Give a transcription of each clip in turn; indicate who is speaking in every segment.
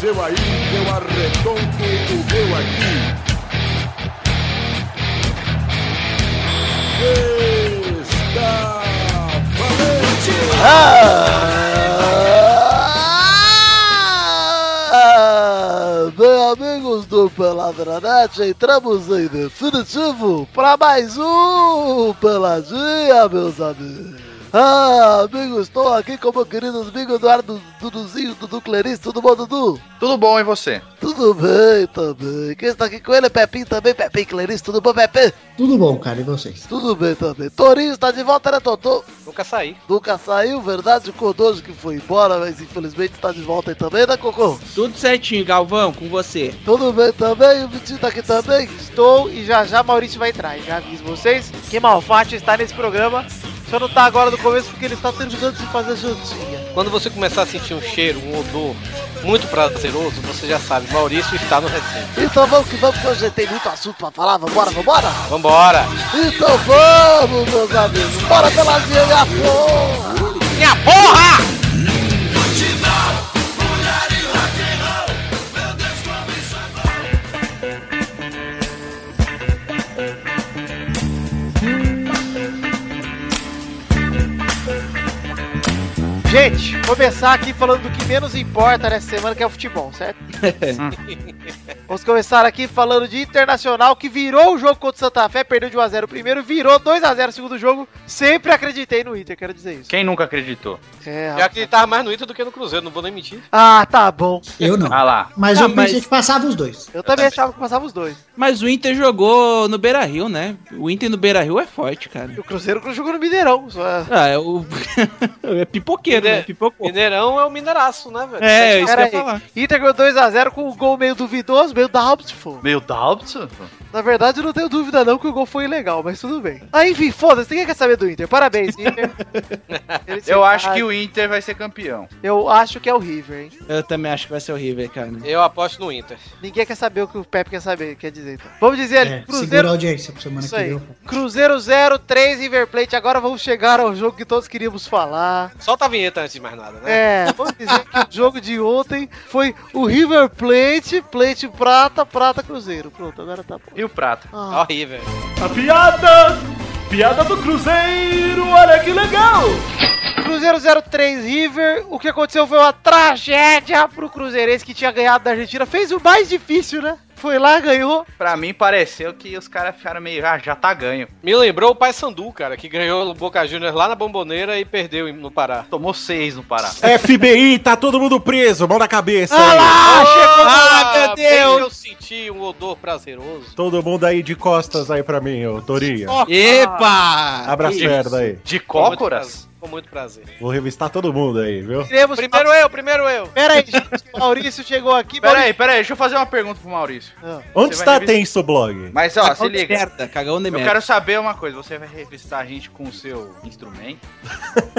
Speaker 1: seu aí, eu arredonto o meu aqui. Está valente!
Speaker 2: Ah! Bem, amigos do Peladranet, entramos em definitivo para mais um Peladinha, meus amigos. Ah, amigos, estou aqui com meu querido amigo Eduardo Duduzinho, Dudu Clarice, tudo bom, Dudu?
Speaker 3: Tudo bom, e você?
Speaker 2: Tudo bem também. Quem está aqui com ele é Pepinho também, Pepinho Clarice, tudo bom, Pepe?
Speaker 4: Tudo bom, cara, e vocês?
Speaker 2: Tudo bem também. Torinho está de volta, né, Totô?
Speaker 5: Nunca saí.
Speaker 2: Nunca saiu, verdade? O Cordojo que foi embora, mas infelizmente tá de volta aí também, né, Cocô?
Speaker 6: Tudo certinho, Galvão, com você.
Speaker 2: Tudo bem também? O Vitinho tá aqui também?
Speaker 7: Estou e já já Maurício vai entrar. Já aviso vocês que Malfatti está nesse programa. Só não tá agora no começo porque ele está terminando de fazer a jantinha.
Speaker 5: Quando você começar a sentir um cheiro, um odor muito prazeroso, você já sabe, Maurício está no recinto.
Speaker 2: Então vamos que vamos, que hoje tem muito assunto pra falar. Vambora, vambora?
Speaker 5: Vambora!
Speaker 2: Então vamos, meus amigos. Bora pela minha porra!
Speaker 5: Minha porra!
Speaker 7: Gente, começar aqui falando do que menos importa nessa semana, que é o futebol, certo? Vamos começar aqui falando de Internacional, que virou o jogo contra o Santa Fé, perdeu de 1x0 o primeiro, virou 2x0 o segundo jogo. Sempre acreditei no Inter, quero dizer isso.
Speaker 3: Quem nunca acreditou?
Speaker 7: É,
Speaker 5: Já acreditava mais no Inter do que no Cruzeiro, não vou nem mentir.
Speaker 7: Ah, tá bom.
Speaker 4: Eu não.
Speaker 3: Ah lá.
Speaker 4: Mas
Speaker 6: Ah,
Speaker 4: eu pensei
Speaker 6: mas-
Speaker 4: que passava os dois.
Speaker 7: Eu também achava que passava os dois.
Speaker 6: Mas o Inter jogou no Beira Rio, né? O Inter no Beira Rio é forte, cara.
Speaker 7: E o Cruzeiro jogou no Mineirão. Só...
Speaker 6: Ah, é o. é pipoqueiro, né? Pipocou.
Speaker 5: Mineirão é o mineiraço, né, velho?
Speaker 6: É,
Speaker 5: Você
Speaker 6: isso que eu ia falar.
Speaker 7: Inter ganhou 2x0 com um gol meio duvidoso, meio da Robson.
Speaker 3: Meu Dalbs?
Speaker 7: Na verdade, eu não tenho dúvida não que o gol foi ilegal, mas tudo bem. Ah, enfim, foda-se, ninguém quer saber do Inter. Parabéns, Inter. Eles
Speaker 3: Eu acho
Speaker 7: erraram.
Speaker 3: que o Inter vai ser campeão.
Speaker 7: Eu acho que é o River, hein?
Speaker 6: Eu também acho que vai ser horrível, cara.
Speaker 5: Eu aposto no Inter.
Speaker 7: Ninguém quer saber o que o Pepe quer saber, quer dizer. Então. Vamos dizer ali,
Speaker 4: É, segura a
Speaker 7: Cruzeiro...
Speaker 4: audiência pra semana
Speaker 7: Isso
Speaker 4: que
Speaker 7: aí.
Speaker 4: vem.
Speaker 7: Cruzeiro 0, 3 River Plate. Agora vamos chegar ao jogo que todos queríamos falar.
Speaker 5: Solta a vinheta antes de mais nada, né?
Speaker 7: É, vamos dizer que o jogo de ontem foi o River Plate, Plate Prata, Prata Cruzeiro. Pronto, agora tá bom.
Speaker 3: E o Prata?
Speaker 5: Tá
Speaker 7: Ah,
Speaker 5: horrível.
Speaker 8: A piada! Piada do Cruzeiro, olha que legal!
Speaker 7: Cruzeiro 03 River, o que aconteceu foi uma tragédia pro Cruzeirense que tinha ganhado da Argentina. Fez o mais difícil, né? Foi lá, ganhou.
Speaker 3: Pra mim pareceu que os caras ficaram meio. Ah, já tá ganho.
Speaker 5: Me lembrou o Pai Sandu, cara, que ganhou o Boca Juniors lá na Bomboneira e perdeu no Pará.
Speaker 3: Tomou seis no Pará.
Speaker 4: É.
Speaker 9: FBI, tá todo mundo preso, mão na cabeça.
Speaker 7: Ah
Speaker 9: aí.
Speaker 7: lá, chegou.
Speaker 5: Ah,
Speaker 6: meu Deus!
Speaker 5: Eu senti um odor prazeroso.
Speaker 9: Todo mundo aí de costas aí pra mim, ô Torinha.
Speaker 6: Epa!
Speaker 9: Abra as
Speaker 3: isso.
Speaker 9: pernas aí.
Speaker 3: De
Speaker 5: Com muito
Speaker 3: cócoras?
Speaker 5: prazer, Com muito prazer.
Speaker 9: Vou revistar todo mundo aí, viu?
Speaker 7: Iremos...
Speaker 5: Primeiro eu, primeiro eu.
Speaker 7: Pera aí, gente. Maurício chegou aqui. Ah.
Speaker 3: Pera
Speaker 7: Maurício-
Speaker 3: aí, pera aí, deixa eu fazer uma pergunta pro Maurício.
Speaker 9: Onde
Speaker 3: Você
Speaker 9: está
Speaker 3: vai revistar-
Speaker 9: tenso o blog?
Speaker 3: Mas ó, se liga.
Speaker 6: Merda, cagão de
Speaker 3: Eu
Speaker 6: merda.
Speaker 3: quero saber uma coisa, você vai revistar a gente com o seu instrumento?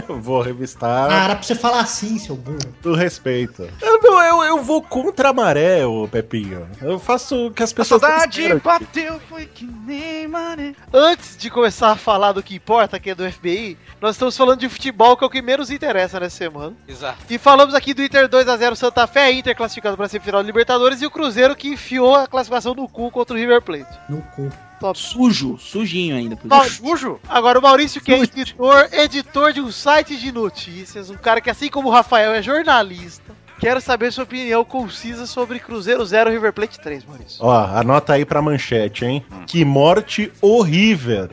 Speaker 9: Vou
Speaker 4: Ah,
Speaker 9: revistar
Speaker 4: era pra você falar assim, seu burro.
Speaker 9: do respeito. Eu, não- eu, eu vou contra a maré, ô Pepinho. Eu faço o que as pessoas.
Speaker 3: Saudade
Speaker 9: esperam.
Speaker 3: bateu, foi que nem maré.
Speaker 7: Antes de começar a falar do que importa, que é do FBI, nós estamos falando de futebol, que é o que menos interessa nessa semana.
Speaker 5: Exato.
Speaker 7: E falamos aqui do Inter 2x0 Santa Fé, Inter classificado para semifinal do Libertadores e o Cruzeiro que enfiou a classificação no cu contra o River Plate.
Speaker 4: No cu.
Speaker 6: Sujo, sujinho ainda. por
Speaker 7: Nossa.
Speaker 6: isso.
Speaker 3: Sujo?
Speaker 7: Agora o Maurício, que é editor, editor de um site de notícias, um cara que, assim como o Rafael, é jornalista. Quero saber sua opinião concisa sobre Cruzeiro 0 River Plate 3, Maurício.
Speaker 9: Ó, anota aí pra manchete, hein? Que morte horrível.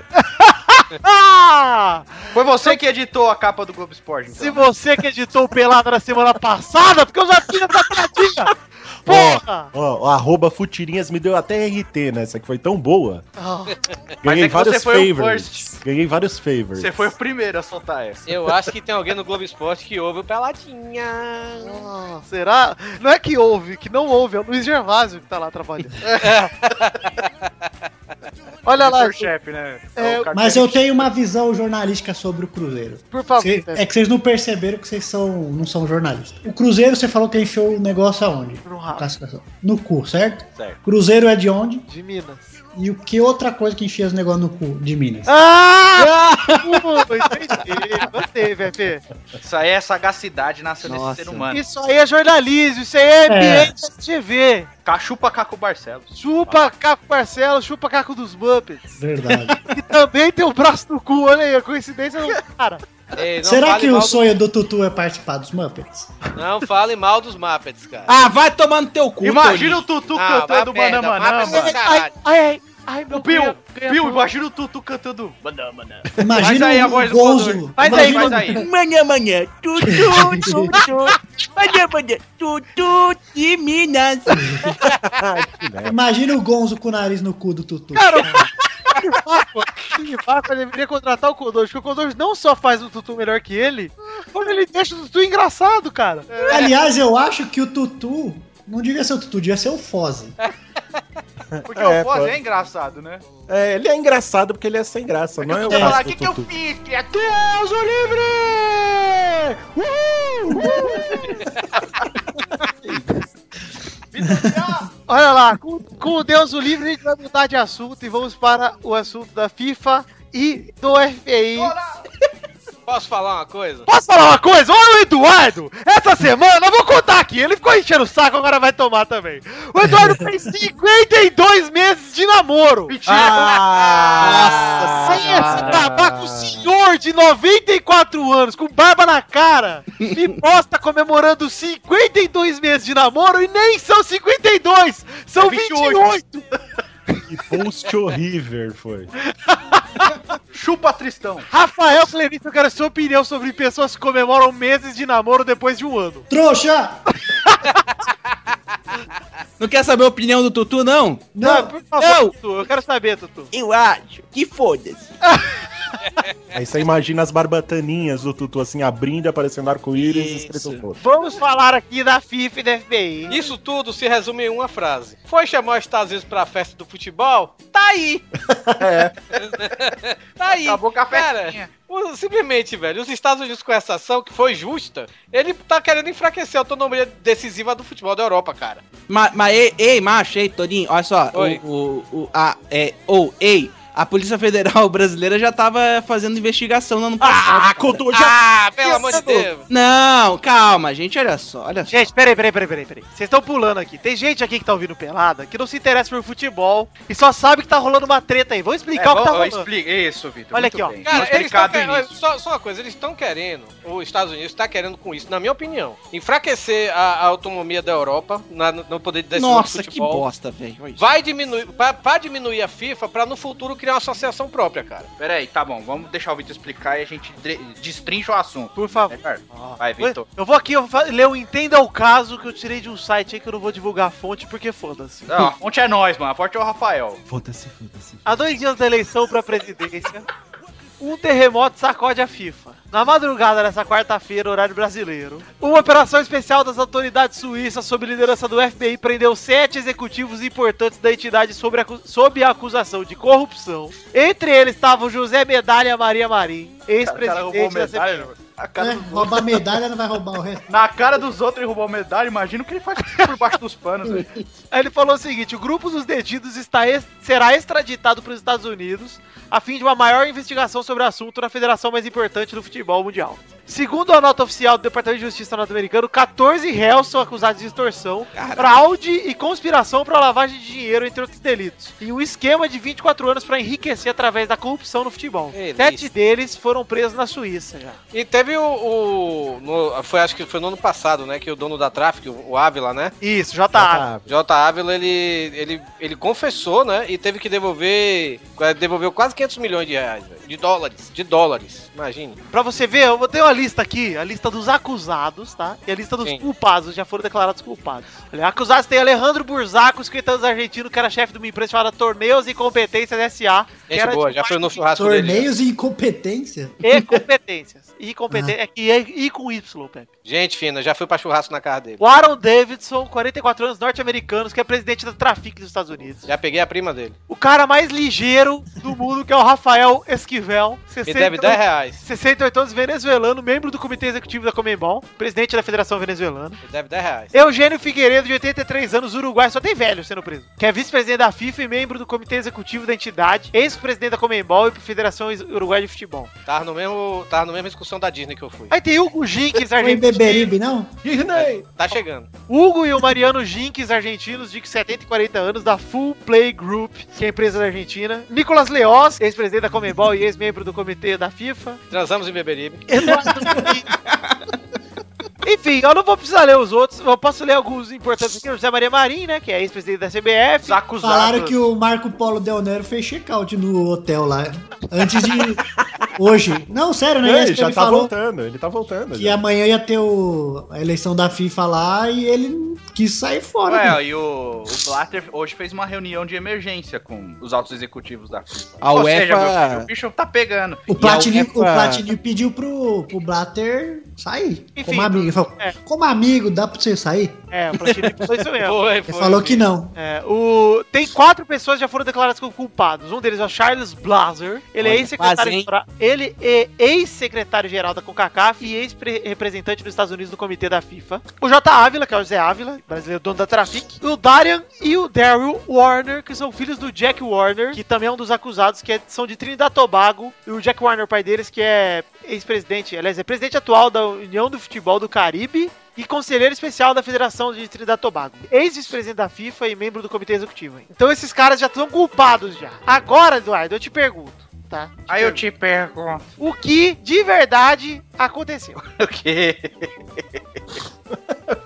Speaker 7: Ah!
Speaker 3: Foi você que editou a capa do Globo Esporte,
Speaker 7: Se
Speaker 3: então.
Speaker 7: você que editou o pelado na semana passada, porque eu já fiz essa piadinha! Porra!
Speaker 9: Ó, o arroba Futirinhas me deu até RT nessa, que foi tão boa.
Speaker 7: Ah.
Speaker 3: Mas
Speaker 9: Ganhei
Speaker 3: é que
Speaker 9: vários
Speaker 3: você foi o
Speaker 9: favorites. Ganhei vários favorites.
Speaker 3: Você foi o primeiro a soltar essa.
Speaker 5: Eu acho que tem alguém no Globo Esporte que ouve o Peladinha.
Speaker 7: Ah, será? Não é que houve, que não houve, é o Luiz Gervásio que tá lá trabalhando. Olha lá,
Speaker 3: Editor chefe, né?
Speaker 7: É,
Speaker 3: o
Speaker 4: Mas eu tenho uma visão jornalística sobre o Cruzeiro.
Speaker 7: por favor.
Speaker 4: Cê-
Speaker 7: Pepe,
Speaker 4: é que vocês não perceberam que vocês são, não são jornalistas. O Cruzeiro, você falou que enfiou o negócio aonde?
Speaker 7: No rabo
Speaker 4: Classificação. No cu, certo?
Speaker 3: Certo.
Speaker 4: Cruzeiro é de onde?
Speaker 7: de Minas.
Speaker 4: E o que outra coisa que enfia os negócios no cu de Minas?
Speaker 7: Ah! Pô, entendi. Gostei, VP.
Speaker 3: Isso aí é sagacidade nascendo desse ser humano.
Speaker 7: Isso aí é jornalismo, isso aí é ambiente de TV.
Speaker 3: Cachupa Caco Barcelos.
Speaker 7: Chupa Caco Marcelo, chupa Caco dos Muppets.
Speaker 4: Verdade.
Speaker 7: E também tem o braço no cu, olha aí, a coincidência não cara.
Speaker 5: Ei, não
Speaker 4: Será
Speaker 5: fale
Speaker 4: que
Speaker 5: mal
Speaker 4: o
Speaker 5: do-
Speaker 4: sonho do Tutu é participar dos Muppets?
Speaker 5: Não fale mal dos Muppets, cara.
Speaker 6: Ah, vai tomar no teu cu,
Speaker 8: Imagina o
Speaker 6: Toninho.
Speaker 8: Tutu
Speaker 5: Ah, vai
Speaker 8: cantando
Speaker 5: merda,
Speaker 8: Manamanama.
Speaker 5: mata-
Speaker 7: Ai, ai, ai, ai, meu
Speaker 8: Bill,
Speaker 7: ganha-
Speaker 8: Bill,
Speaker 7: ganha-
Speaker 8: imagina o Tutu cantando Manamanama.
Speaker 4: Imagina
Speaker 10: um
Speaker 3: aí a
Speaker 4: o
Speaker 3: voz do
Speaker 4: Gonzo.
Speaker 3: Rodolfo. Faz aí,
Speaker 4: imagina-
Speaker 3: faz aí.
Speaker 6: Manhã, manhã, tu, tu, tu, tu, manhã, manhã, tu, tu, de Minas.
Speaker 4: Imagina o Gonzo com o nariz no cu do Tutu.
Speaker 7: Steve Baca deveria contratar o Kodoji, porque o Kodoji não só faz o Tutu melhor que ele, como ele deixa o Tutu engraçado, cara.
Speaker 4: Aliás, eu acho que o Tutu. Não devia ser o Tutu, devia ser o Fozzi.
Speaker 3: Porque
Speaker 9: É,
Speaker 3: o Foz
Speaker 9: pô.
Speaker 3: é engraçado, né?
Speaker 9: É, ele é engraçado porque ele é sem graça, não é o
Speaker 3: Vamos lá,
Speaker 9: braço
Speaker 3: o que,
Speaker 9: do
Speaker 3: que é eu
Speaker 9: Tutu.
Speaker 3: fiz,
Speaker 9: Deus o livre!
Speaker 7: Olha lá, com, com o Deus o livre, a gente vai mudar de assunto e vamos para o assunto da FIFA e do FBI.
Speaker 5: Posso falar uma coisa?
Speaker 7: Posso falar uma coisa? Olha o Eduardo! Essa semana, eu vou contar aqui, ele ficou enchendo o saco, agora vai tomar também. O Eduardo fez 52 meses de namoro!
Speaker 9: Ah,
Speaker 7: Sem esse tabaco, senhor de 94 anos, com barba na cara, me posta comemorando 52 meses de namoro e nem são 52, são
Speaker 3: É
Speaker 7: 28.
Speaker 3: 28.
Speaker 9: Que post horrível foi.
Speaker 3: Chupa Tristão.
Speaker 7: Rafael Clerice, eu quero a sua opinião sobre pessoas que comemoram meses de namoro depois de um ano.
Speaker 4: Trouxa!
Speaker 6: Não quer saber a opinião do Tutu, não?
Speaker 7: Não, por favor,
Speaker 6: não.
Speaker 7: Tutu, eu quero saber, Tutu.
Speaker 6: Eu acho que foda-se.
Speaker 9: Aí você imagina as barbataninhas do Tutu assim abrindo, aparecendo arco-íris e
Speaker 5: Isso.
Speaker 9: escrito um foda.
Speaker 7: Vamos falar aqui da FIFA e da FBI.
Speaker 5: Isso tudo se resume em uma frase. Foi chamar os Estados Unidos pra festa do futebol? Tá aí!
Speaker 4: É.
Speaker 5: tá aí.
Speaker 3: Acabou com a
Speaker 5: Cara,
Speaker 3: festinha.
Speaker 5: o- simplesmente, velho, os Estados Unidos com essa ação, que foi justa, ele tá querendo enfraquecer a autonomia decisiva do futebol da Europa, cara.
Speaker 6: Mas, mas ei, ei, macho, ei, Toninho, olha só.
Speaker 5: Oi.
Speaker 6: O, o, o- a, é, ou, ei, a Polícia Federal brasileira já tava fazendo investigação no ano passado.
Speaker 9: Ah, contou já
Speaker 5: Ah, pelo amor de Deus!
Speaker 6: Tá Não, calma, gente, olha só, olha só.
Speaker 7: Gente, peraí, peraí, peraí, peraí, peraí. Vocês estão pulando aqui. Tem gente aqui que tá ouvindo pelada que não se interessa por futebol e só sabe que tá rolando uma treta aí. Vou explicar o que tá
Speaker 3: É, vamos-
Speaker 7: rolando.
Speaker 3: explica isso, Vitor.
Speaker 7: Olha
Speaker 3: muito
Speaker 7: aqui, ó.
Speaker 3: bem.
Speaker 5: Cara, eles tão
Speaker 3: explicado
Speaker 5: querendo, olha,
Speaker 3: nisso.
Speaker 5: só, só uma coisa, eles estão querendo, os Estados Unidos está querendo com isso, na minha opinião, enfraquecer a, a autonomia da Europa na- no poder de decisão
Speaker 6: Nossa,
Speaker 5: do
Speaker 6: que
Speaker 5: futebol.
Speaker 6: bosta, velho. olha isso.
Speaker 5: Vai diminuir, pra, pra diminuir a FIFA pra no futuro criar uma associação própria, cara.
Speaker 3: Pera aí, tá bom. Vamos deixar o Vitor explicar e a gente dre- destrincha o assunto. É,
Speaker 7: Por favor.
Speaker 3: Melhor. Vai, Vitor.
Speaker 7: Eu vou aqui, eu vou fa- ler o Entenda o Caso que eu tirei de um site aí que eu não vou divulgar a fonte porque foda-se.
Speaker 3: Não, a fonte é nós, mano. A fonte é o Rafael.
Speaker 7: Há dois dias da eleição pra presidência, um terremoto sacode a FIFA. Na madrugada dessa quarta-feira, horário brasileiro, uma operação especial das autoridades suíças sob liderança do FBI prendeu sete executivos importantes da entidade sobre acu- sob a acusação de corrupção. Entre eles estavam José Medalha Maria Marim,
Speaker 4: Né?
Speaker 10: É.
Speaker 7: ex-presidente da CPI.
Speaker 3: A cara dos outros.
Speaker 4: Roubar medalha não vai roubar o resto.
Speaker 3: Na cara dos outros e roubou medalha, imagina o que ele faz por baixo dos panos. velho.
Speaker 7: Aí ele falou o seguinte: o grupo dos detidos está ex- será extraditado para os Estados Unidos a fim de uma maior investigação sobre o assunto na federação mais importante do futebol mundial. Segundo a nota oficial do Departamento de Justiça norte-americano, 14 réus são acusados de extorsão, fraude e conspiração para lavagem de dinheiro, entre outros delitos, em um esquema de 24 anos para enriquecer através da corrupção no futebol.
Speaker 5: Delícia.
Speaker 7: Sete deles foram presos na Suíça já.
Speaker 5: E teve o. o- no- foi, acho que foi no ano passado, né? Que o dono da Traffic, o, o Ávila, né?
Speaker 7: Isso, J.A.
Speaker 9: Ah,
Speaker 5: J. Ávila, ele, ele, ele confessou, né? E teve que devolver. eh, Devolveu quase 500 milhões de reais, velho, de dólares. De dólares, imagine.
Speaker 7: Pra você ver, eu botei uma lista aqui, a lista dos acusados, tá? E a lista dos
Speaker 5: Sim.
Speaker 7: culpados, já foram declarados culpados. Olha, acusados tem Alejandro Burzaco, 50 anos argentino, que era chefe de uma empresa chamada Torneios e Competências S.A. que
Speaker 5: Gente
Speaker 7: era
Speaker 5: boa,
Speaker 7: de
Speaker 5: já foi no churrasco dele.
Speaker 4: Torneios e
Speaker 9: né?
Speaker 4: incompetência?
Speaker 7: E competências. E competências. É que é I com Y, Pepe.
Speaker 5: Gente fina, já fui pra churrasco na casa dele.
Speaker 7: O Aaron Davidson, 44 anos, norte-americano, que é presidente da Trafic dos Estados Unidos.
Speaker 5: Já peguei a prima dele.
Speaker 7: O cara mais ligeiro do mundo, que é o Rafael Esquivel.
Speaker 5: Me deve 10 reais.
Speaker 7: 68 anos, venezuelano, segundo membro do Comitê Executivo da Comembol, presidente da Federação Venezuelana.
Speaker 5: Ele deve 10 reais.
Speaker 7: Eugênio Figueiredo, de 83 anos, Uruguai, só tem velho sendo preso. Que é vice-presidente da FIFA e membro do Comitê Executivo da entidade, ex-presidente da Comembol e Federação Uruguai de Futebol.
Speaker 5: Tava no mesmo, tava no mesmo excursão da Disney que eu fui.
Speaker 7: Aí tem Hugo Jinques,
Speaker 4: Foi
Speaker 7: argentino.
Speaker 4: beberibe, não?
Speaker 5: Tá chegando.
Speaker 7: Hugo e o Mariano Jinques, argentinos, de 70 e 40 anos, da Full Play Group, que é a empresa da Argentina. Nicolas Leoz, ex-presidente da Comembol e ex-membro do comitê da FIFA.
Speaker 5: Transamos em Beberibe.
Speaker 7: Eduardo Pinho. Enfim, eu não vou precisar ler os outros, eu posso ler alguns importantes aqui. O José Maria Marim, né, que é ex-presidente da CBF.
Speaker 5: Os acusados.
Speaker 4: Falaram que o Marco Polo Del Nero fez check-out no hotel lá. Antes de. Hoje. Não, sério, né?
Speaker 9: Ei,
Speaker 4: ESPN
Speaker 9: já tá
Speaker 4: falou
Speaker 9: voltando, ele tá voltando.
Speaker 4: que
Speaker 9: já.
Speaker 4: amanhã ia ter o- a eleição da FIFA lá e ele quis sair fora. né?
Speaker 3: Ué, e o, o Blatter hoje fez uma reunião de emergência com os altos executivos da FIFA.
Speaker 6: A
Speaker 3: Ou seja,
Speaker 6: UEFA-
Speaker 3: meu filho, o bicho tá pegando.
Speaker 4: O
Speaker 6: E
Speaker 4: Platini,
Speaker 6: alguém
Speaker 4: o
Speaker 6: pra-
Speaker 4: Platini pediu pro, pro Blatter sair.
Speaker 7: Enfim,
Speaker 4: como amigo. Ele falou,
Speaker 7: é.
Speaker 4: como amigo, dá pra você sair?
Speaker 7: É, o Platini foi isso mesmo.
Speaker 5: Foi,
Speaker 4: Ele
Speaker 5: foi.
Speaker 4: falou que não.
Speaker 7: É, o... Tem quatro pessoas que já foram declaradas como culpados. Um deles é o Charles Blazer. Ele é
Speaker 6: Olha,
Speaker 7: ex-secretário
Speaker 6: quase, hein?
Speaker 7: geral- ele é ex-secretário geral da CONCACAF e ex-representante dos Estados Unidos no comitê da FIFA. O J. Ávila, que é o José Ávila, brasileiro dono da Trafic. O Darian e o Daryl Warner, que são filhos do Jack Warner, que também é um dos acusados, que é- são de Trinidad e Tobago. E o Jack Warner, pai deles, que é ex-presidente, aliás, é presidente atual da União do Futebol do Caribe e conselheiro especial da Federação de Trinidad e Tobago, ex-vice-presidente da FIFA e membro do comitê executivo. hein? Então esses caras já estão culpados já. Agora, Eduardo, eu te pergunto, tá? Te
Speaker 3: Aí eu tipo,
Speaker 7: pergunto.
Speaker 3: te pergunto.
Speaker 7: O que de verdade aconteceu?
Speaker 3: O quê?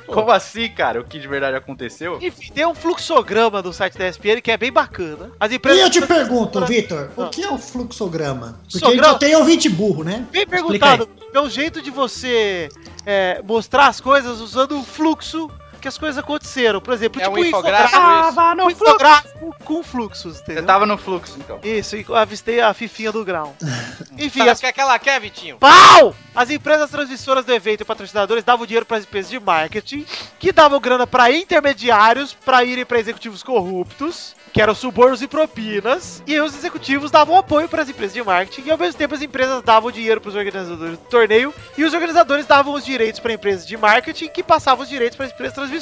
Speaker 3: Como assim, cara? O que de verdade aconteceu?
Speaker 7: Enfim, tem um fluxograma do site da ESPN que é bem bacana. As
Speaker 4: E
Speaker 7: empresas
Speaker 4: eu te pergunto, Vitor,
Speaker 7: Ah.
Speaker 4: o que é o fluxograma? Porque
Speaker 7: Fluxograma?
Speaker 4: só tem ouvinte burro, né?
Speaker 7: bem
Speaker 4: Explica
Speaker 7: perguntado. É um jeito de você é, mostrar as coisas usando o fluxo que as coisas aconteceram. Por exemplo, tipo,
Speaker 5: É um infográfico isso.
Speaker 7: infográfico, um infográfico com fluxos,
Speaker 3: Você
Speaker 7: entendeu?
Speaker 3: tava no fluxo, então.
Speaker 7: Isso, e avistei a fifinha do grau. Enfim,
Speaker 5: Sabe
Speaker 7: as
Speaker 5: o que é que ela quer, Vitinho?
Speaker 7: Pau! As empresas transmissoras do evento e patrocinadores davam dinheiro para as empresas de marketing, que davam grana para intermediários para irem para executivos corruptos, que eram subornos e propinas, e os executivos davam apoio para as empresas de marketing, e ao mesmo tempo as empresas davam dinheiro para os organizadores do torneio, e os organizadores davam os direitos para empresas de marketing, que passavam os direitos para as empresas transmissoras.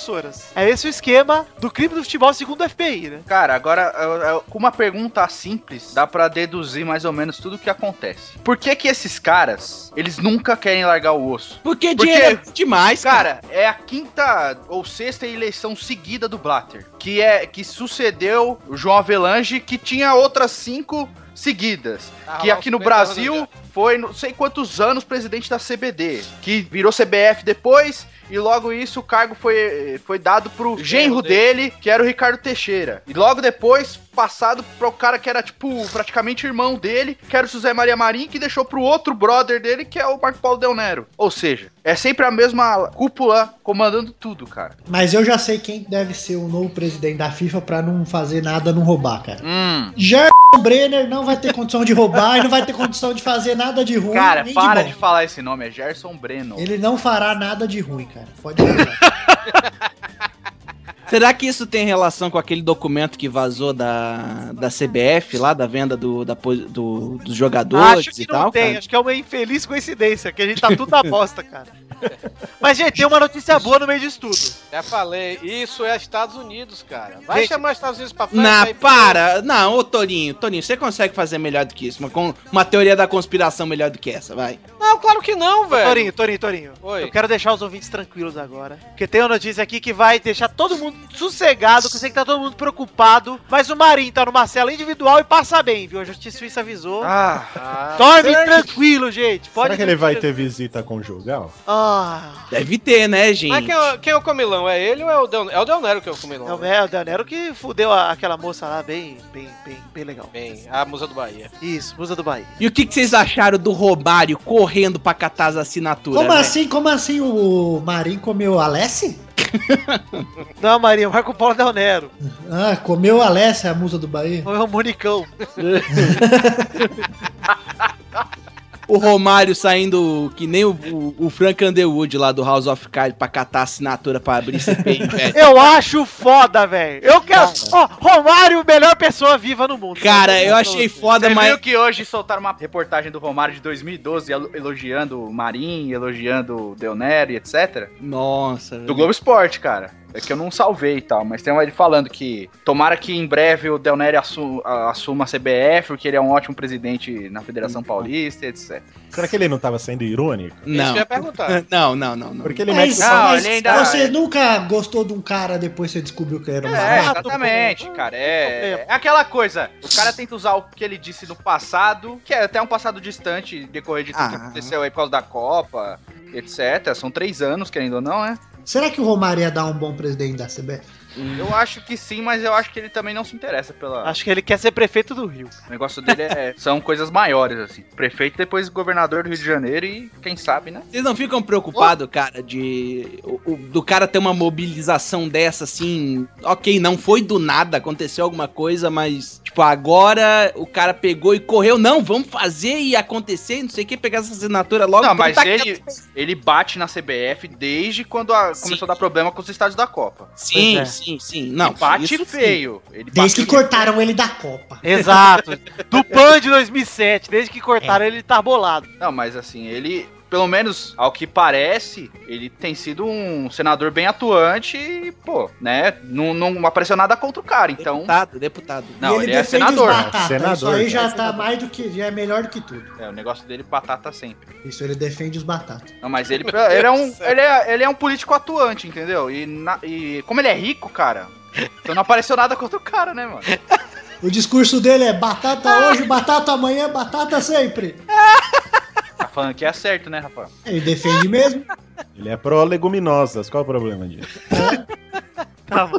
Speaker 7: É esse o esquema do crime do futebol segundo o FBI, né?
Speaker 3: Cara, agora, eu- eu- com uma pergunta simples, dá pra deduzir mais ou menos tudo o que acontece. Por que que esses caras, eles nunca querem largar o osso?
Speaker 6: Porque
Speaker 3: Porque-
Speaker 6: dinheiro é demais, cara.
Speaker 3: Cara, é a quinta ou sexta eleição seguida do Blatter, que é que sucedeu o João Avelange, que tinha outras cinco seguidas.
Speaker 5: Tá
Speaker 3: que
Speaker 5: lá
Speaker 3: aqui
Speaker 5: uns 50
Speaker 3: no
Speaker 5: anos
Speaker 3: Brasil
Speaker 5: já.
Speaker 3: foi não sei quantos anos presidente da CBD, que virou CBF depois e logo isso o cargo foi, foi dado pro genro
Speaker 5: Genro
Speaker 3: dele, que era o Ricardo Teixeira. E logo depois passado pro cara que era tipo praticamente irmão dele, que era o José Maria Marim, que deixou pro outro brother dele, que é o Marco Paulo Del Nero. Ou seja, é sempre a mesma cúpula comandando tudo, cara.
Speaker 4: Mas eu já sei quem deve ser o novo presidente da FIFA pra não fazer nada, não roubar, cara.
Speaker 3: Hum.
Speaker 4: Gerson Brenner não vai ter condição de roubar e não vai ter condição de fazer nada de ruim.
Speaker 3: Cara,
Speaker 4: nem
Speaker 3: para
Speaker 4: bom.
Speaker 3: de falar esse nome, é Gerson Breno.
Speaker 4: Ele não fará nada de ruim, cara. Pode falar.
Speaker 6: Será que isso tem relação com aquele documento que vazou da, da CBF lá, da venda do, da pos- do- dos jogadores
Speaker 7: Acho
Speaker 6: e
Speaker 7: que não
Speaker 6: tal?
Speaker 7: tem,
Speaker 6: cara?
Speaker 7: acho que é uma infeliz coincidência, que a gente tá tudo na bosta, cara. Mas, gente, tem uma notícia boa no meio disso tudo.
Speaker 5: Já falei, isso é Estados Unidos, cara. Vai
Speaker 7: Gente-
Speaker 5: chamar os Estados Unidos pra
Speaker 6: Não,
Speaker 5: aí-
Speaker 6: para! Não, ô Torinho, Torinho, você consegue fazer melhor do que isso? Uma, con- uma teoria da conspiração melhor do que essa, vai.
Speaker 5: Não, claro que não, velho.
Speaker 7: Torinho, Torinho, Torinho.
Speaker 5: Oi.
Speaker 7: Eu quero deixar os ouvintes tranquilos agora. Porque tem uma notícia aqui que vai deixar todo mundo sossegado, que eu sei que tá todo mundo preocupado. Mas o Marinho tá numa cela individual e passa bem, viu? A Justiça Suíça avisou.
Speaker 3: Ah,
Speaker 7: Dorme tranquilo, gente. Pode
Speaker 9: Será que ele vai ter visita conjugal?
Speaker 7: Ah.
Speaker 6: Deve ter, né, gente?
Speaker 5: Mas quem, é- quem é o comilão? É ele ou é o Del É o Del Nero que é o comilão.
Speaker 7: Não,
Speaker 5: né?
Speaker 7: é o Danero que fudeu a- aquela moça lá bem, bem, bem, bem legal.
Speaker 5: Bem, a musa do Bahia. É
Speaker 7: Isso, musa do Bahia.
Speaker 6: E o que, que vocês acharam do Romário correndo pra catar as assinaturas?
Speaker 4: Como
Speaker 6: né?
Speaker 4: assim? Como assim o Marinho comeu a Alessi?
Speaker 7: Não, Marinho, Marco Paulo Del Nero. é
Speaker 4: Ah, comeu a Alessi, a musa do Bahia.
Speaker 7: Ou é o Monicão.
Speaker 6: o Romário saindo que nem o, o- o Frank Underwood lá do House of Cards pra catar assinatura pra abrir CPI, velho.
Speaker 7: Eu acho foda, velho. Eu quero. Ó, Romário, melhor pessoa viva no mundo.
Speaker 6: Cara, eu achei foda,
Speaker 3: Você
Speaker 6: mas.
Speaker 3: viu que hoje soltaram uma reportagem do Romário de 2012 el- elogiando o Marim, elogiando o Deonero e etc?
Speaker 6: Nossa,
Speaker 3: Do
Speaker 6: velho.
Speaker 3: Globo Esporte, cara. É que eu não salvei e tal, mas tem ele falando que tomara que em breve o Del Neri assu- a- assuma a CBF, porque ele é um ótimo presidente na Federação Paulista, etc.
Speaker 9: Será que ele não tava sendo irônico?
Speaker 5: Isso
Speaker 6: Não.
Speaker 5: que eu ia perguntar.
Speaker 6: Não, não, não, não.
Speaker 9: Porque ele
Speaker 4: É
Speaker 9: mete
Speaker 4: isso,
Speaker 9: o pau.
Speaker 3: Não,
Speaker 4: mas
Speaker 3: ele ainda-
Speaker 4: você nunca gostou de um cara depois você descobriu que era um
Speaker 3: É,
Speaker 4: barato?
Speaker 3: exatamente, cara. É, é aquela coisa. O cara tenta usar o que ele disse no passado, que é até um passado distante, decorrer de tudo que
Speaker 6: Ah.
Speaker 3: aconteceu aí por causa da Copa, etc. São três anos, querendo ou não, né?
Speaker 4: Será que o Romário ia dar um bom presidente da CBF?
Speaker 3: Eu acho que sim, mas eu acho que ele também não se interessa pela.
Speaker 7: Acho que ele quer ser prefeito do Rio.
Speaker 3: O negócio dele é. São coisas maiores, assim. Prefeito, depois governador do Rio de Janeiro e quem sabe, né?
Speaker 6: Vocês não ficam preocupados, cara, de o- o- do cara ter uma mobilização dessa assim? Ok, não foi do nada, aconteceu alguma coisa, mas tipo agora o cara pegou e correu, não, vamos fazer e acontecer, não sei o que, pegar essa assinatura logo. tá
Speaker 3: Não,
Speaker 6: pra
Speaker 3: mas
Speaker 6: tacar-
Speaker 3: ele, ele bate na CBF desde quando a-
Speaker 6: Sim.
Speaker 3: começou a dar problema com os estádios da Copa.
Speaker 6: Sim,
Speaker 7: Pois é.
Speaker 6: sim, sim, não.
Speaker 3: Ele bate
Speaker 6: isso sim.
Speaker 3: feio. Ele
Speaker 4: Desde que
Speaker 3: bateu de-
Speaker 4: cortaram ele da Copa.
Speaker 7: Exato. Do PAN de 2007. Desde que
Speaker 6: É.
Speaker 7: cortaram ele, tá bolado.
Speaker 3: Não, mas assim, ele, pelo menos ao que parece, ele tem sido um senador bem atuante e, pô, né? Não, não apareceu nada contra o cara, então.
Speaker 6: Deputado, deputado.
Speaker 3: Não, ele, é
Speaker 4: defende os
Speaker 3: senador.
Speaker 4: batatas,
Speaker 9: Senador,
Speaker 4: Isso aí
Speaker 9: cara.
Speaker 4: já tá mais do que. Já é melhor do que tudo.
Speaker 3: É, o negócio dele batata sempre.
Speaker 4: Isso ele defende os batatas.
Speaker 3: Não, mas ele,
Speaker 5: Meu
Speaker 3: ele, é
Speaker 5: Deus
Speaker 3: um,
Speaker 5: do céu.
Speaker 3: ele, é, ele é um político atuante, entendeu? E, na- e como ele é rico, cara, então não apareceu nada contra o cara, né, mano?
Speaker 4: O discurso dele é
Speaker 3: Ah.
Speaker 4: batata hoje, batata amanhã, batata sempre.
Speaker 3: Tá falando que é certo, né, Rafa?
Speaker 4: Ele defende mesmo.
Speaker 9: Ele é pró-leguminosas. Qual o problema disso?
Speaker 7: Tá bom.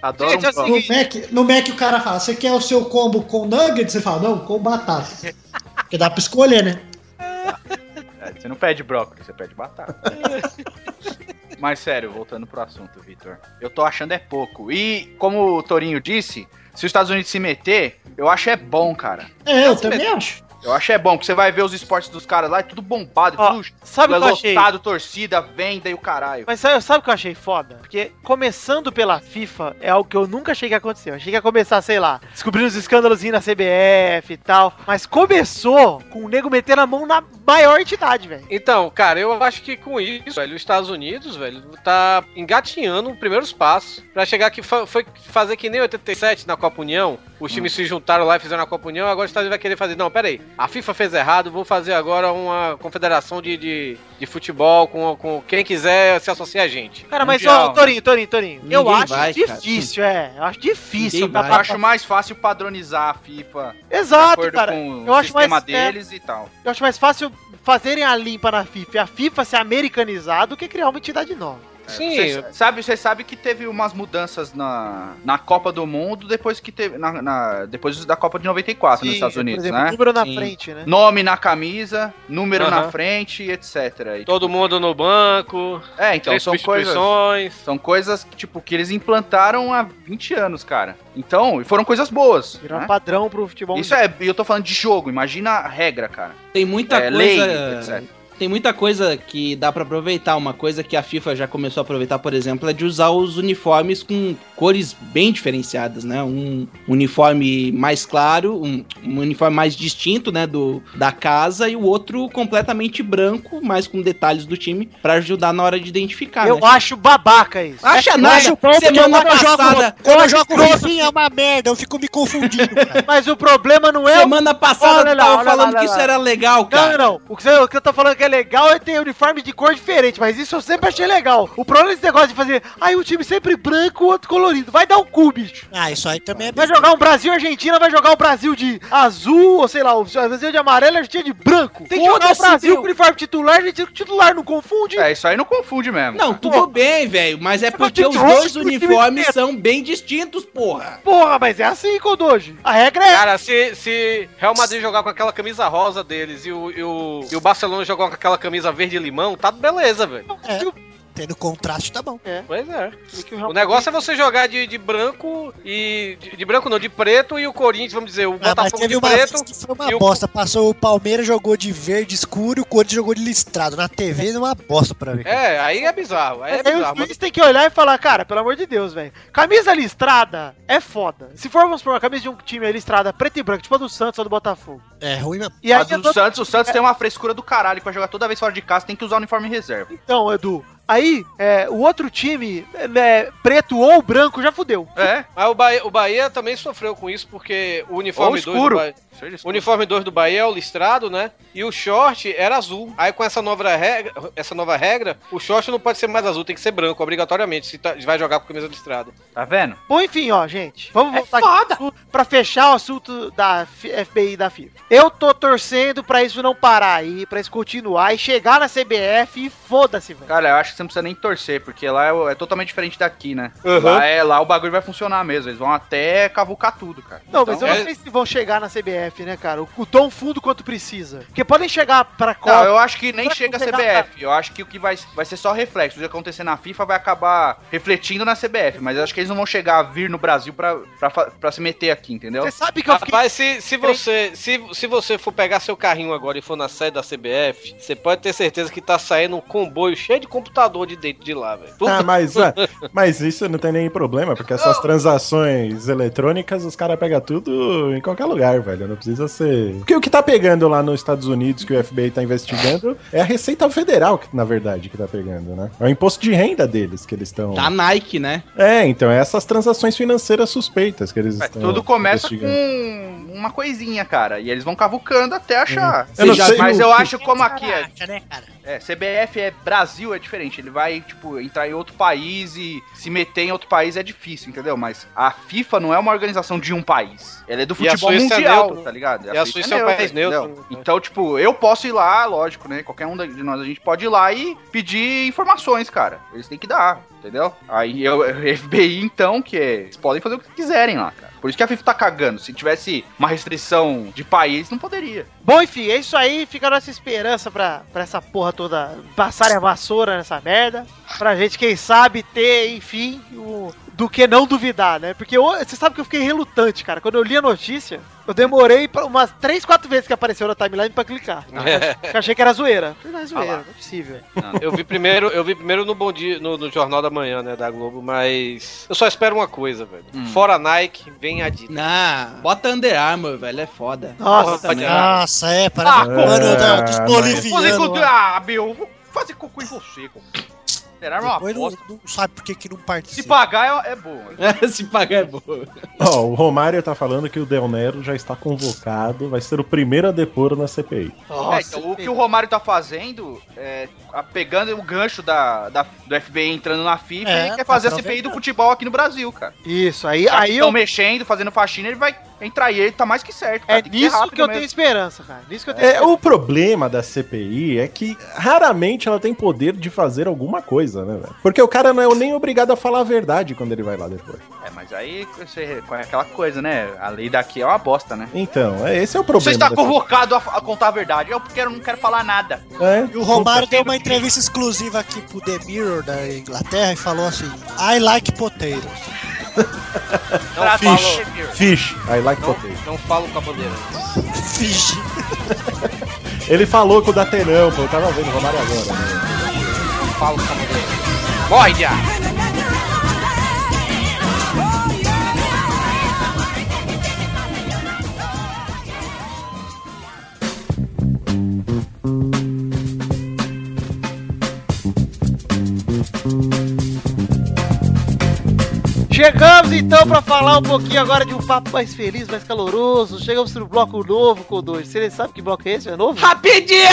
Speaker 3: Adoro
Speaker 7: Gente,
Speaker 3: um
Speaker 7: é o
Speaker 3: pão.
Speaker 4: No Mac, no Mac o cara fala: você quer o seu combo com nugget? Você fala, não, com batata. Porque dá pra escolher, né?
Speaker 3: É, Você não pede brócolis, você pede batata. Mas sério, voltando pro assunto, Vitor. Eu tô achando é pouco. E, como o Torinho disse, se os Estados Unidos se meter, eu acho é bom, cara.
Speaker 4: É, eu também acho.
Speaker 3: Eu acho é bom, porque você vai ver os esportes dos caras lá, é tudo bombado,
Speaker 7: Ó,
Speaker 3: tudo
Speaker 7: Sabe o que eu achei?
Speaker 3: lotado, torcida, venda e o caralho.
Speaker 7: Mas sabe, sabe o que eu achei foda? Porque começando pela FIFA é algo que eu nunca achei que aconteceu. Achei que ia começar, sei lá, descobrindo os escândalos na CBF e tal. Mas começou com o nego metendo a mão na maior entidade, velho.
Speaker 5: Então, cara, eu acho que com isso, velho, os Estados Unidos, velho, tá engatinhando os primeiros passos Pra chegar que fa- foi fazer que nem 87 na Copa União, os times se juntaram lá e fizeram a Copa União, agora os Estados Unidos vai querer fazer, não, peraí, a FIFA fez errado, vou fazer agora uma confederação de, de, de futebol com, com quem quiser se associar a gente.
Speaker 7: Cara, mas
Speaker 5: Mundial.
Speaker 7: ó,
Speaker 3: né?
Speaker 7: Torinho, Torinho, Torinho. eu
Speaker 6: Ninguém
Speaker 7: acho
Speaker 6: vai, cara.
Speaker 7: difícil, é. Eu acho difícil.
Speaker 6: Ninguém
Speaker 7: pra-
Speaker 6: vai.
Speaker 3: Eu acho mais fácil padronizar a FIFA de
Speaker 7: Exato,
Speaker 3: acordo
Speaker 7: cara.
Speaker 3: com
Speaker 7: eu
Speaker 3: o
Speaker 7: acho
Speaker 3: sistema
Speaker 7: mais-
Speaker 3: deles e tal.
Speaker 7: Eu acho mais fácil fazerem a limpa na FIFA e a FIFA se americanizar do que criar uma entidade nova.
Speaker 5: Sim,
Speaker 3: Você É, sabe, você sabe que teve umas mudanças na, na Copa do Mundo depois que teve na, na- depois da Copa de 94 nos
Speaker 7: Sim,
Speaker 3: Estados Unidos,
Speaker 7: por exemplo,
Speaker 3: né?
Speaker 7: Número na
Speaker 6: Sim.
Speaker 7: frente, né?
Speaker 3: Nome na camisa, número na
Speaker 5: Aham.
Speaker 3: frente, etc. E,
Speaker 5: todo mundo no banco,
Speaker 3: é, então
Speaker 5: três
Speaker 3: são coisas
Speaker 5: substituições.
Speaker 3: são coisas que, tipo que eles implantaram há 20 anos, cara. Então, e foram coisas boas.
Speaker 7: Virar um
Speaker 3: né?
Speaker 7: padrão pro futebol.
Speaker 3: Isso é, eu tô falando de jogo, imagina a regra, cara.
Speaker 6: Tem muita
Speaker 3: é,
Speaker 6: coisa. né?
Speaker 3: lei, etc.
Speaker 6: Tem muita coisa que dá pra aproveitar. Uma coisa que a FIFA já começou a aproveitar, por exemplo, é de usar os uniformes com cores bem diferenciadas, né? Um uniforme mais claro, um, um uniforme mais distinto, né, do da casa e o outro completamente branco, mas com detalhes do time pra ajudar na hora de
Speaker 3: é
Speaker 6: identificar,
Speaker 7: eu
Speaker 6: né?
Speaker 7: acho babaca isso. É
Speaker 6: Acha nada. semana passada,
Speaker 10: Quando eu jogo Rosinha é uma merda, eu fico me confundindo, cara.
Speaker 7: Mas o problema não é o
Speaker 6: semana passada
Speaker 7: Olha
Speaker 6: eu
Speaker 7: lá,
Speaker 6: tava
Speaker 7: olha lá,
Speaker 6: falando
Speaker 7: olha
Speaker 6: que isso
Speaker 7: lá.
Speaker 6: era legal,
Speaker 7: Não,
Speaker 6: cara.
Speaker 7: não. O que, você, o que eu tô falando que é legal é ter uniforme de cor diferente, mas isso eu sempre achei legal. O problema é esse negócio de fazer, aí um time sempre branco, o outro colorido. Vai dar um cu, bicho.
Speaker 10: Ah, isso aí também é
Speaker 7: Vai
Speaker 10: besteira.
Speaker 7: jogar um Brasil e Argentina, vai jogar o Brasil de azul, ou sei lá, o Brasil de amarelo e a Argentina de branco. Tem que jogar o
Speaker 6: Foda-se,
Speaker 7: Brasil
Speaker 6: viu?
Speaker 7: com uniforme titular, a Argentina com titular, não confunde.
Speaker 3: É, isso aí não confunde mesmo.
Speaker 6: Não,
Speaker 3: cara.
Speaker 6: tudo bem, velho, mas é porque
Speaker 7: te
Speaker 6: os
Speaker 7: trouxe
Speaker 6: dois
Speaker 7: pro time
Speaker 6: uniformes
Speaker 7: inteiro.
Speaker 6: são bem distintos, porra.
Speaker 7: Porra, mas é assim, Kodoji. A regra é
Speaker 5: Cara, se, se Real Madrid jogar com aquela camisa rosa deles e o, e o, e o Barcelona jogar com aquela camisa verde e limão, tá beleza, velho.
Speaker 10: É. Tendo contraste, tá bom.
Speaker 7: É.
Speaker 5: Pois é. O negócio é você jogar de, de branco e. De, de branco não, de preto e o Corinthians, vamos dizer, o
Speaker 10: Ah, mas
Speaker 5: Botafogo
Speaker 10: teve
Speaker 5: de
Speaker 10: uma
Speaker 5: preto.
Speaker 10: vez que foi uma
Speaker 5: e o-
Speaker 10: bosta. Passou o Palmeiras, jogou de verde escuro e o Corinthians jogou de listrado. Na TV, uma bosta pra ver.
Speaker 5: É, aí é bizarro. Aí é
Speaker 7: Mas aí
Speaker 5: bizarro.
Speaker 7: os juízes têm que olhar e falar, cara, pelo amor de Deus, velho. Camisa listrada é foda. Se formos por uma camisa de um time aí listrada preto e branco, tipo a do Santos ou do Botafogo.
Speaker 10: É ruim mesmo.
Speaker 7: E aí,
Speaker 3: Mas o
Speaker 7: as
Speaker 3: Santos, o Santos tem uma frescura do caralho que vai jogar toda vez fora de casa, tem que usar o uniforme reserva.
Speaker 7: Então, Edu, aí é, o outro time, né, preto ou branco, já fudeu.
Speaker 3: É?
Speaker 5: Mas o Bahia, o Bahia também sofreu com isso, porque o
Speaker 3: Ou
Speaker 5: uniforme 2 do
Speaker 3: escuro.
Speaker 5: Bahia. O uniforme 2 do Bahia é o listrado, né? E o short era azul. Aí com essa nova regra, essa nova regra o short não pode ser mais azul, tem que ser branco, obrigatoriamente, se tá- vai jogar com camisa listrada.
Speaker 3: Tá vendo?
Speaker 7: Bom, enfim, ó, gente. Vamos
Speaker 5: É
Speaker 7: voltar aqui pra fechar o assunto da F- FBI e da FIFA. Eu tô torcendo pra isso não parar aí, pra isso continuar e chegar na CBF e foda-se, velho.
Speaker 3: Cara, eu acho que você não precisa nem torcer, porque lá é, o- é totalmente diferente daqui, né? Lá, é, lá o bagulho vai funcionar mesmo, eles vão até cavucar tudo, cara.
Speaker 7: Não, mas
Speaker 3: Então,
Speaker 7: eu
Speaker 5: é-
Speaker 7: não sei se vão chegar na CBF, né, cara? O, o tão fundo quanto precisa. Porque podem chegar pra Copa.
Speaker 3: Não, eu acho que nem
Speaker 7: Pra
Speaker 3: chega a
Speaker 7: pegar-
Speaker 3: CBF. Eu acho que o que vai, vai ser só reflexo. O que acontecer na FIFA vai acabar refletindo na CBF. Mas eu acho que eles não vão chegar a vir no Brasil pra, pra, fa- pra se meter aqui, entendeu?
Speaker 7: Você sabe que eu fiquei.
Speaker 5: Rapaz, se, se, você, se, se você for pegar seu carrinho agora e for na sede da CBF, você pode ter certeza que tá saindo um comboio cheio de computador de dentro de lá, velho.
Speaker 9: Ah, mas, ah, mas isso não tem nenhum problema, porque essas transações eletrônicas os caras pegam tudo em qualquer lugar, velho. Não precisa ser. Porque o que tá pegando lá nos Estados Unidos, que o FBI tá investigando, é a Receita Federal, que, na verdade, que tá pegando, né? É o imposto de renda deles que eles estão.
Speaker 3: Tá.
Speaker 6: Da Nike, né?
Speaker 9: É, então, é essas transações financeiras suspeitas que eles
Speaker 3: Mas
Speaker 9: estão.
Speaker 3: tudo começa
Speaker 9: investigando.
Speaker 3: com uma coisinha, cara. E eles vão cavucando até achar.
Speaker 9: Eu não
Speaker 3: Já-
Speaker 9: sei
Speaker 3: mas
Speaker 9: o
Speaker 3: eu
Speaker 9: que-
Speaker 3: acho como aqui é,
Speaker 10: Caraca, né, cara?
Speaker 3: é, CBF é Brasil, é diferente. Ele vai, tipo, entrar em outro país e se meter em outro país é difícil, entendeu? Mas a FIFA não é uma organização de um país. Ela é do
Speaker 5: E a
Speaker 3: futebol
Speaker 5: Suíça é
Speaker 3: mundial,
Speaker 5: neutro.
Speaker 3: tá ligado?
Speaker 5: E a Suíça é um país neutro.
Speaker 3: entendeu? Então, tipo, eu posso ir lá, lógico, né? Qualquer um de nós, a gente pode ir lá e pedir informações, cara. Eles têm que dar, entendeu? Aí eu, FBI, então, que é, eles podem fazer o que quiserem lá, cara. Por isso que a FIFA tá cagando. Se tivesse uma restrição de país, não poderia.
Speaker 7: Bom, enfim, é isso aí. Fica a nossa esperança pra, pra essa porra toda passar a vassoura nessa merda. Pra gente, quem sabe, ter, enfim, o, do que não duvidar, né? Porque eu- você sabe que eu fiquei relutante, cara. Quando eu li a notícia, eu demorei pra- umas 3, 4 vezes que apareceu na timeline pra clicar. Eu achei que era zoeira. Não é zoeira, não é possível.
Speaker 5: Eu vi primeiro, eu vi primeiro no Bom Dia, no, no Jornal da Manhã, né, da Globo, mas eu só espero uma coisa, velho.
Speaker 3: Hum.
Speaker 5: Fora Nike, vem Adidas.
Speaker 6: Não, bota Under Armour, velho, é foda.
Speaker 7: Nossa,
Speaker 5: Porra,
Speaker 7: mano.
Speaker 10: Nossa, é, parece
Speaker 9: Ah,
Speaker 10: o mano da,
Speaker 9: mas-
Speaker 10: dos
Speaker 3: Fazer
Speaker 10: bolivianos.
Speaker 3: com...
Speaker 10: lá.
Speaker 3: Ah, meu, eu vou fazer cocô em você, cara. Será uma
Speaker 10: Depois
Speaker 3: aposta?
Speaker 10: não, não sabe por que que não
Speaker 3: Se
Speaker 10: participa.
Speaker 3: pagar é, é bom.
Speaker 6: Se pagar é boa.
Speaker 9: Ó, o Romário tá falando que o Del Nero já está convocado, vai ser o primeiro a depor na CPI.
Speaker 3: É, então, o que o Romário tá fazendo é a- pegando o gancho da, da- do FBI entrando na FIFA
Speaker 10: É,
Speaker 3: e quer
Speaker 10: tá
Speaker 3: fazer a
Speaker 10: aproveitando.
Speaker 3: CPI do futebol aqui no Brasil, cara.
Speaker 7: Isso, aí,
Speaker 3: Já
Speaker 7: aí
Speaker 3: estão
Speaker 7: eu.
Speaker 3: mexendo, fazendo faxina, ele vai entrar e ele tá mais que certo. cara.
Speaker 7: É
Speaker 3: Tem ser
Speaker 7: nisso
Speaker 3: rápido
Speaker 7: que eu
Speaker 3: mesmo.
Speaker 7: tenho esperança, cara. Nisso que eu tenho
Speaker 9: É, o problema da CPI é que raramente ela tem poder de fazer alguma coisa, né, velho? Porque o cara não é nem obrigado a falar a verdade quando ele vai lá depois.
Speaker 3: É, mas aí você, é aquela coisa, né? A lei daqui é uma bosta, né?
Speaker 9: Então, é, esse é o
Speaker 3: Você tá
Speaker 9: problema.
Speaker 3: está
Speaker 9: da
Speaker 3: convocado a, a contar a verdade. Eu quero, não quero falar nada.
Speaker 9: CPI. É,
Speaker 10: E o Romário deu uma entrevista exclusiva aqui pro The Mirror da Inglaterra e falou assim: I like potatoes.
Speaker 3: Não
Speaker 9: fish.
Speaker 3: falo-
Speaker 9: Fish, I like
Speaker 5: Não,
Speaker 9: potato.
Speaker 5: não falo com a bandeira.
Speaker 10: Finge.
Speaker 9: Ele falou com o Datenão, pô, eu tava vendo o Romário agora. Né?
Speaker 5: Morre, Diá!
Speaker 7: Chegamos então pra falar um pouquinho agora de um papo mais feliz, mais caloroso. Chegamos pro bloco novo, Codor. Você sabe que bloco é esse? É novo?
Speaker 6: Rapidinha!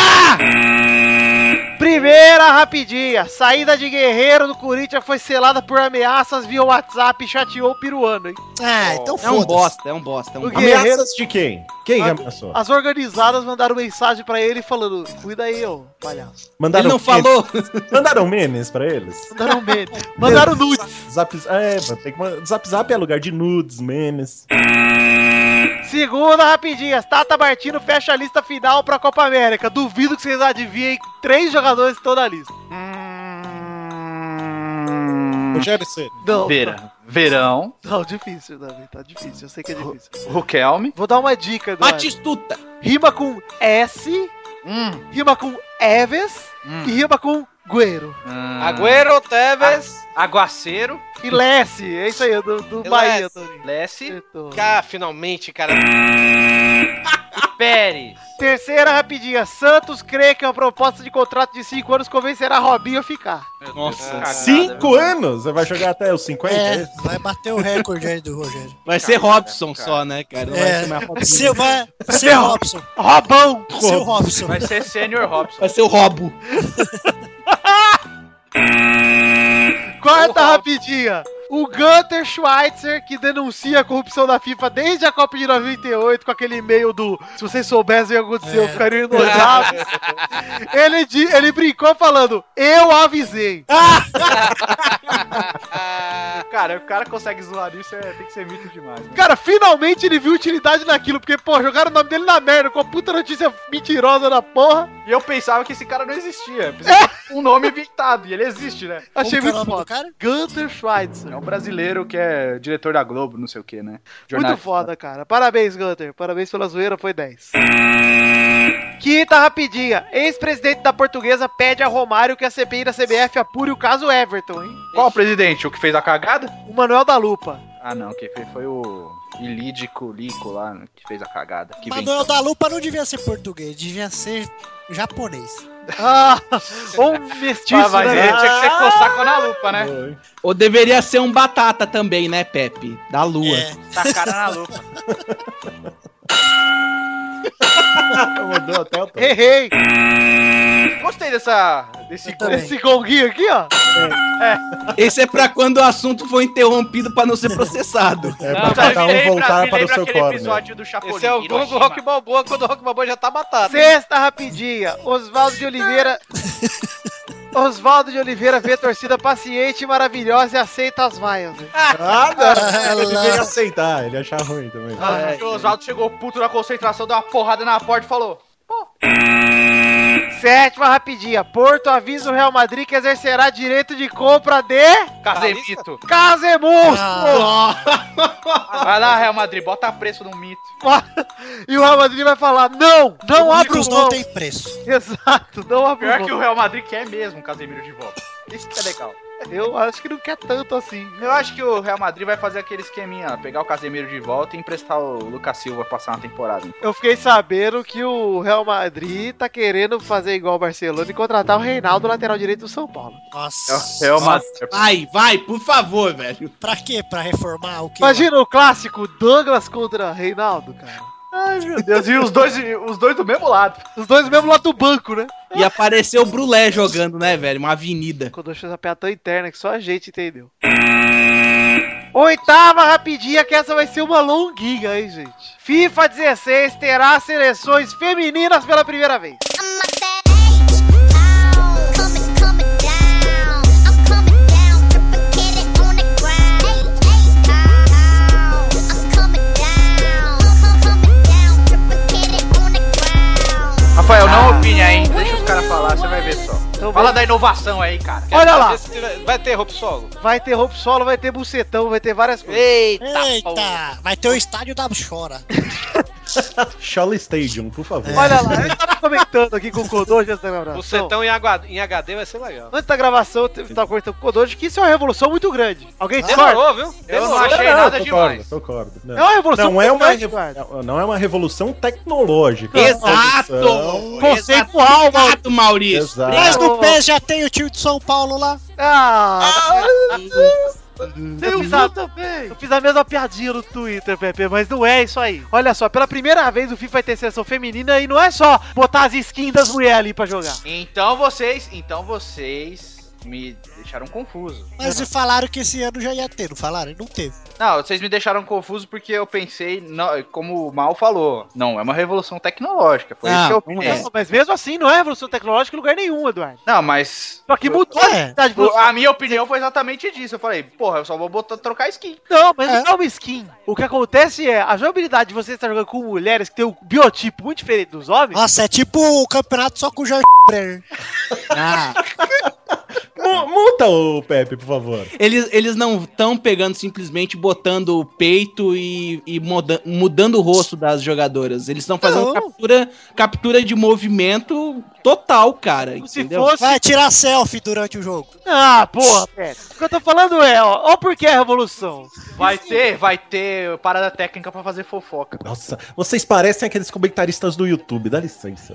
Speaker 7: Primeira rapidinha. Saída de Guerreiro do Corinthians foi selada por ameaças via WhatsApp e chateou o peruano, hein?
Speaker 10: Ah, então
Speaker 6: É um
Speaker 10: foda-se.
Speaker 6: bosta, é um bosta, é um
Speaker 7: O
Speaker 6: bosta.
Speaker 7: quê?
Speaker 9: Ameaças de quem? Quem ameaçou?
Speaker 7: As organizadas mandaram mensagem pra ele falando: Cuida aí, ô, palhaço.
Speaker 6: Ele não falou.
Speaker 9: memes- Mandaram memes pra eles?
Speaker 7: Mandaram um meme. Mandaram nudes.
Speaker 9: Zap, é, mano, tem que mandar. Zap Zap é lugar de nudes, memes.
Speaker 7: Segunda rapidinha. Tata Martino fecha a lista final pra Copa América. Duvido que vocês adivinhem três jogadores que estão na lista.
Speaker 3: Hum, Hum,
Speaker 7: Não,
Speaker 3: Vera. Verão.
Speaker 7: Não, difícil, Davi. Tá difícil. Eu sei que é difícil.
Speaker 3: Rukelme.
Speaker 7: Vou dar uma dica, Eduardo.
Speaker 6: Batistuta.
Speaker 7: Rima com S,
Speaker 3: Hum.
Speaker 7: rima com Eves e rima com Guero.
Speaker 3: hum.
Speaker 5: Ah. Agüero, Tevez,
Speaker 3: Aguaceiro.
Speaker 7: E Lesse. É isso aí, do, do
Speaker 5: E
Speaker 7: Bahia,
Speaker 5: Lesse.
Speaker 7: Toninho.
Speaker 3: Lessie.
Speaker 7: Acertou.
Speaker 5: Ah, finalmente, cara.
Speaker 3: Pérez.
Speaker 7: Terceira rapidinha. Santos crê que uma proposta de contrato de 5 anos convencerá Robinho a ficar.
Speaker 6: Nossa.
Speaker 9: Cinco anos? Você vai jogar até os 50?
Speaker 10: É, vai bater o recorde aí do Rogério.
Speaker 6: Vai ser Robson só, né, cara? Não
Speaker 10: É.
Speaker 6: vai ser mais Robson.
Speaker 10: Seu, vai, seu Robson.
Speaker 7: Robão!
Speaker 10: Seu Robson.
Speaker 3: Vai ser Sênior Robson.
Speaker 6: Vai ser o Robo.
Speaker 7: Quarta
Speaker 5: Porra.
Speaker 7: rapidinha. O Gunter Schweitzer, que denuncia a corrupção da FIFA desde a Copa de 98, com aquele e-mail do se vocês soubessem o que aconteceu, ficariam enojados. ele, di- ele brincou falando, eu avisei.
Speaker 3: Cara, o cara consegue zoar isso, é- tem que ser mito demais. né?
Speaker 7: Cara, finalmente ele viu utilidade naquilo, porque, pô, jogaram o nome dele na merda, com a puta notícia mentirosa da porra.
Speaker 3: E eu pensava que esse cara não existia. Precisava de Um nome inventado, e ele existe, né?
Speaker 10: Como que
Speaker 7: Achei
Speaker 10: é o
Speaker 7: muito
Speaker 10: nome do
Speaker 7: foda.
Speaker 10: cara?
Speaker 7: Gunter Schweitzer.
Speaker 3: É um brasileiro que é diretor da Globo, não sei o que, né?
Speaker 7: Muito
Speaker 3: Jornalista.
Speaker 7: foda, cara. Parabéns, Gunter. Parabéns pela zoeira, foi 10. Quinta rapidinha. Ex-presidente da portuguesa pede a Romário que a CPI da CBF apure o caso Everton, hein?
Speaker 3: Qual o presidente? O que fez a cagada?
Speaker 7: O Manuel da Lupa.
Speaker 3: Ah, não, quem fez foi o Ilídico Lico lá, né, que fez a cagada. Que vem.
Speaker 10: Manuel da Lupa não devia ser português, devia ser japonês.
Speaker 7: Ah, ou um mestiço,
Speaker 3: Ah, mas
Speaker 7: né?
Speaker 3: ele tinha que ser coçar com a na lupa, né?
Speaker 6: Ou deveria ser um batata também, né, Pepe? Da lua.
Speaker 10: É,
Speaker 3: Tacara na lupa.
Speaker 9: Mudou até o tom.
Speaker 7: Errei.
Speaker 3: Gostei dessa. Ah, desse
Speaker 10: também.
Speaker 7: Esse gonguinho aqui, ó.
Speaker 6: Esse é pra quando o assunto for interrompido pra não ser processado.
Speaker 9: É
Speaker 5: Não,
Speaker 9: pra cada um voltar para o seu
Speaker 3: aquele
Speaker 9: corpo. né?
Speaker 3: episódio do Chapolin.
Speaker 5: Esse é o Google
Speaker 3: Hiroshima.
Speaker 5: Rock Balboa, quando o Rock Balboa já tá matado.
Speaker 7: Sexta rapidinha. Oswaldo de Oliveira. Oswaldo de Oliveira vê torcida paciente e maravilhosa e aceita as vaias. né?
Speaker 9: Ah, não.
Speaker 10: Ela-
Speaker 9: Ele veio aceitar, ele achar ruim também.
Speaker 3: Ah,
Speaker 5: é.
Speaker 3: o Oswaldo chegou puto na concentração, deu uma porrada na porta e falou:
Speaker 7: Sétima rapidinha. Porto avisa o Real Madrid que exercerá direito de compra de
Speaker 3: Casemito.
Speaker 7: Casemus.
Speaker 10: Ah.
Speaker 3: Vai lá, Real Madrid, bota preço no mito.
Speaker 7: E o Real Madrid vai falar: não, não
Speaker 10: os
Speaker 7: abra
Speaker 10: únicos
Speaker 7: o
Speaker 10: não
Speaker 7: mão.
Speaker 10: tem preço.
Speaker 7: Exato, não abra
Speaker 3: Pior
Speaker 7: o
Speaker 3: que
Speaker 7: mão.
Speaker 3: o Real Madrid quer mesmo o Casemiro de volta. Isso que é legal.
Speaker 7: Eu acho que não quer tanto assim.
Speaker 3: Eu acho que o Real Madrid vai fazer aquele esqueminha, pegar o Casemiro de volta e emprestar o Lucas Silva pra passar uma temporada.
Speaker 7: Eu fiquei sabendo que o Real Madrid tá querendo fazer igual o Barcelona e contratar o Reinaldo, lateral direito do São Paulo.
Speaker 10: Nossa.
Speaker 6: é Vai, vai, por favor, velho.
Speaker 10: Pra quê? Pra reformar o que?
Speaker 7: Imagina o clássico Douglas contra Reinaldo, cara.
Speaker 3: Ai, meu Deus. E os dois, os dois do mesmo lado.
Speaker 7: Os dois mesmo lá do banco, né?
Speaker 6: E apareceu o Brulé jogando, né, velho? Uma avenida.
Speaker 7: Quando eu chamo essa piada tão interna que só a gente entendeu. Oitava rapidinha, que essa vai ser uma longuinha, hein, gente. FIFA 16 terá seleções femininas pela primeira vez.
Speaker 11: oh.
Speaker 3: Rafael, não
Speaker 7: Ah.
Speaker 3: opine aí, deixa os caras falar, você vai ver só.
Speaker 7: Então
Speaker 3: Fala
Speaker 7: vai,
Speaker 3: da inovação aí, cara.
Speaker 7: Olha lá.
Speaker 5: Vai ter roupa solo.
Speaker 7: vai ter roupa solo, vai ter bucetão, vai ter várias coisas.
Speaker 5: porra.
Speaker 10: Eita, vai ter o estádio da Chora.
Speaker 9: Shola Stadium, por favor.
Speaker 7: Olha lá, eu tava comentando aqui com o Kodoji antes da gravação.
Speaker 5: Bucetão tá em, aguad- em HD vai ser legal.
Speaker 7: Antes da gravação, eu tava comentando com o Kodoji que isso é uma revolução muito grande.
Speaker 5: É
Speaker 7: Alguém discorda?
Speaker 5: Demorou, viu?
Speaker 3: Eu não
Speaker 5: Demorou.
Speaker 3: achei nada demais.
Speaker 9: Concordo,
Speaker 7: É uma revolução
Speaker 9: Não é uma,
Speaker 7: grande,
Speaker 9: revo-
Speaker 7: Eduardo.
Speaker 9: não é uma revolução tecnológica.
Speaker 6: Exato!
Speaker 9: Revolução-
Speaker 7: Conceitual, mano.
Speaker 6: Exato, Maurício!
Speaker 9: Exato.
Speaker 10: Mas no PES já tem o time de São Paulo lá.
Speaker 7: Ah, eu fiz, a,
Speaker 3: também.
Speaker 7: eu fiz a mesma piadinha no Twitter, Pepe, mas não é isso aí. Olha só, pela primeira vez o FIFA vai ter seleção feminina e não é só botar as skins das mulheres ali pra jogar.
Speaker 3: Então vocês, então vocês me deixaram confuso.
Speaker 7: É.
Speaker 10: Mas e falaram que esse ano já ia ter, não falaram? Não teve.
Speaker 3: Não, vocês me deixaram confuso porque eu pensei, não, como o Mal falou, não, é uma revolução tecnológica. Foi isso
Speaker 6: Ah,
Speaker 3: que eu
Speaker 6: não
Speaker 3: opinei.
Speaker 6: é.
Speaker 7: Não, mas mesmo assim, não é revolução tecnológica em lugar nenhum, Eduardo.
Speaker 3: Não, mas
Speaker 7: Só que mudou a
Speaker 10: É.
Speaker 7: necessidade de
Speaker 3: o- a minha opinião foi exatamente disso. Eu falei, porra, eu só vou botar, trocar skin.
Speaker 7: Não, mas
Speaker 10: É.
Speaker 7: não é uma skin. O que acontece é, a jogabilidade de você estar jogando com mulheres que tem um biotipo muito diferente dos
Speaker 10: Ah,
Speaker 7: homens,
Speaker 10: Nossa, é tipo o campeonato só com o Jorge Brenner.
Speaker 6: Ah,
Speaker 9: Mu- Multa o Pepe, por favor.
Speaker 6: Eles, eles não estão pegando simplesmente botando o peito e, e moda- mudando o rosto das jogadoras. Eles estão fazendo
Speaker 10: Não.
Speaker 6: captura, captura de movimento total, cara.
Speaker 7: Se
Speaker 6: entendeu?
Speaker 7: fosse.
Speaker 10: Vai tirar selfie durante o jogo.
Speaker 7: Ah, porra, Pé. O que eu tô falando é, ó, ó por que a revolução?
Speaker 3: Vai ter, vai ter parada técnica pra fazer fofoca.
Speaker 9: Nossa, vocês parecem aqueles comentaristas do YouTube, dá licença.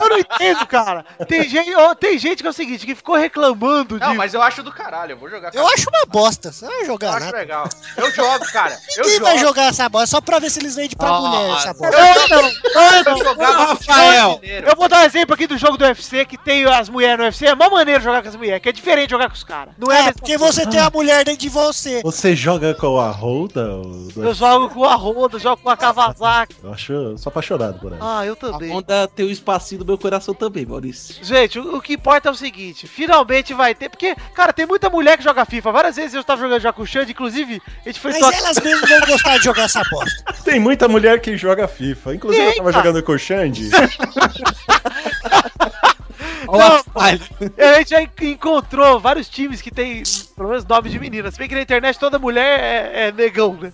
Speaker 7: Eu não entendo, cara. Tem gente, ó, tem gente que é o seguinte, que ficou reclamando
Speaker 3: Não,
Speaker 7: de.
Speaker 3: mas eu acho do caralho, eu vou jogar.
Speaker 10: Eu acho uma bosta. Você não vai
Speaker 3: eu
Speaker 10: jogar
Speaker 3: acho
Speaker 10: nada.
Speaker 3: legal. Eu jogo, cara. Eu
Speaker 10: Ninguém
Speaker 3: jogo.
Speaker 10: vai jogar essa bosta só pra ver se eles vendem pra mulher essa bosta.
Speaker 7: Eu não, eu não.
Speaker 3: Eu jogava
Speaker 6: Rafael.
Speaker 3: brasileiro.
Speaker 7: Eu vou dar um exemplo aqui do jogo do UFC, que tem as mulheres no UFC. É uma maneira jogar com as mulheres, que é diferente de jogar com os caras. Não é,
Speaker 10: É, porque você tem a mulher dentro de você.
Speaker 9: Você joga com a Holda? o-
Speaker 7: Eu jogo com a Honda, jogo com a Kawasaki.
Speaker 9: Eu acho, eu sou apaixonado por ela.
Speaker 7: Ah, eu
Speaker 6: A
Speaker 7: também.
Speaker 6: onda tem o espacinho do meu coração também, Maurício.
Speaker 7: Gente, o, o que importa é o seguinte, finalmente vai ter, porque, cara, tem muita mulher que joga FIFA. Várias vezes eu tava jogando já com o Xande, inclusive, a gente foi
Speaker 10: Mas
Speaker 7: só.
Speaker 10: elas mesmo vão gostar de jogar essa bosta.
Speaker 9: Tem muita mulher que joga FIFA. Inclusive, eu tava
Speaker 7: Eita.
Speaker 9: jogando com o Xande.
Speaker 6: Olha o atalho.
Speaker 7: A gente já en- encontrou vários times que tem, pelo menos, nome de meninas. Se bem que na internet toda mulher é, é negão, né?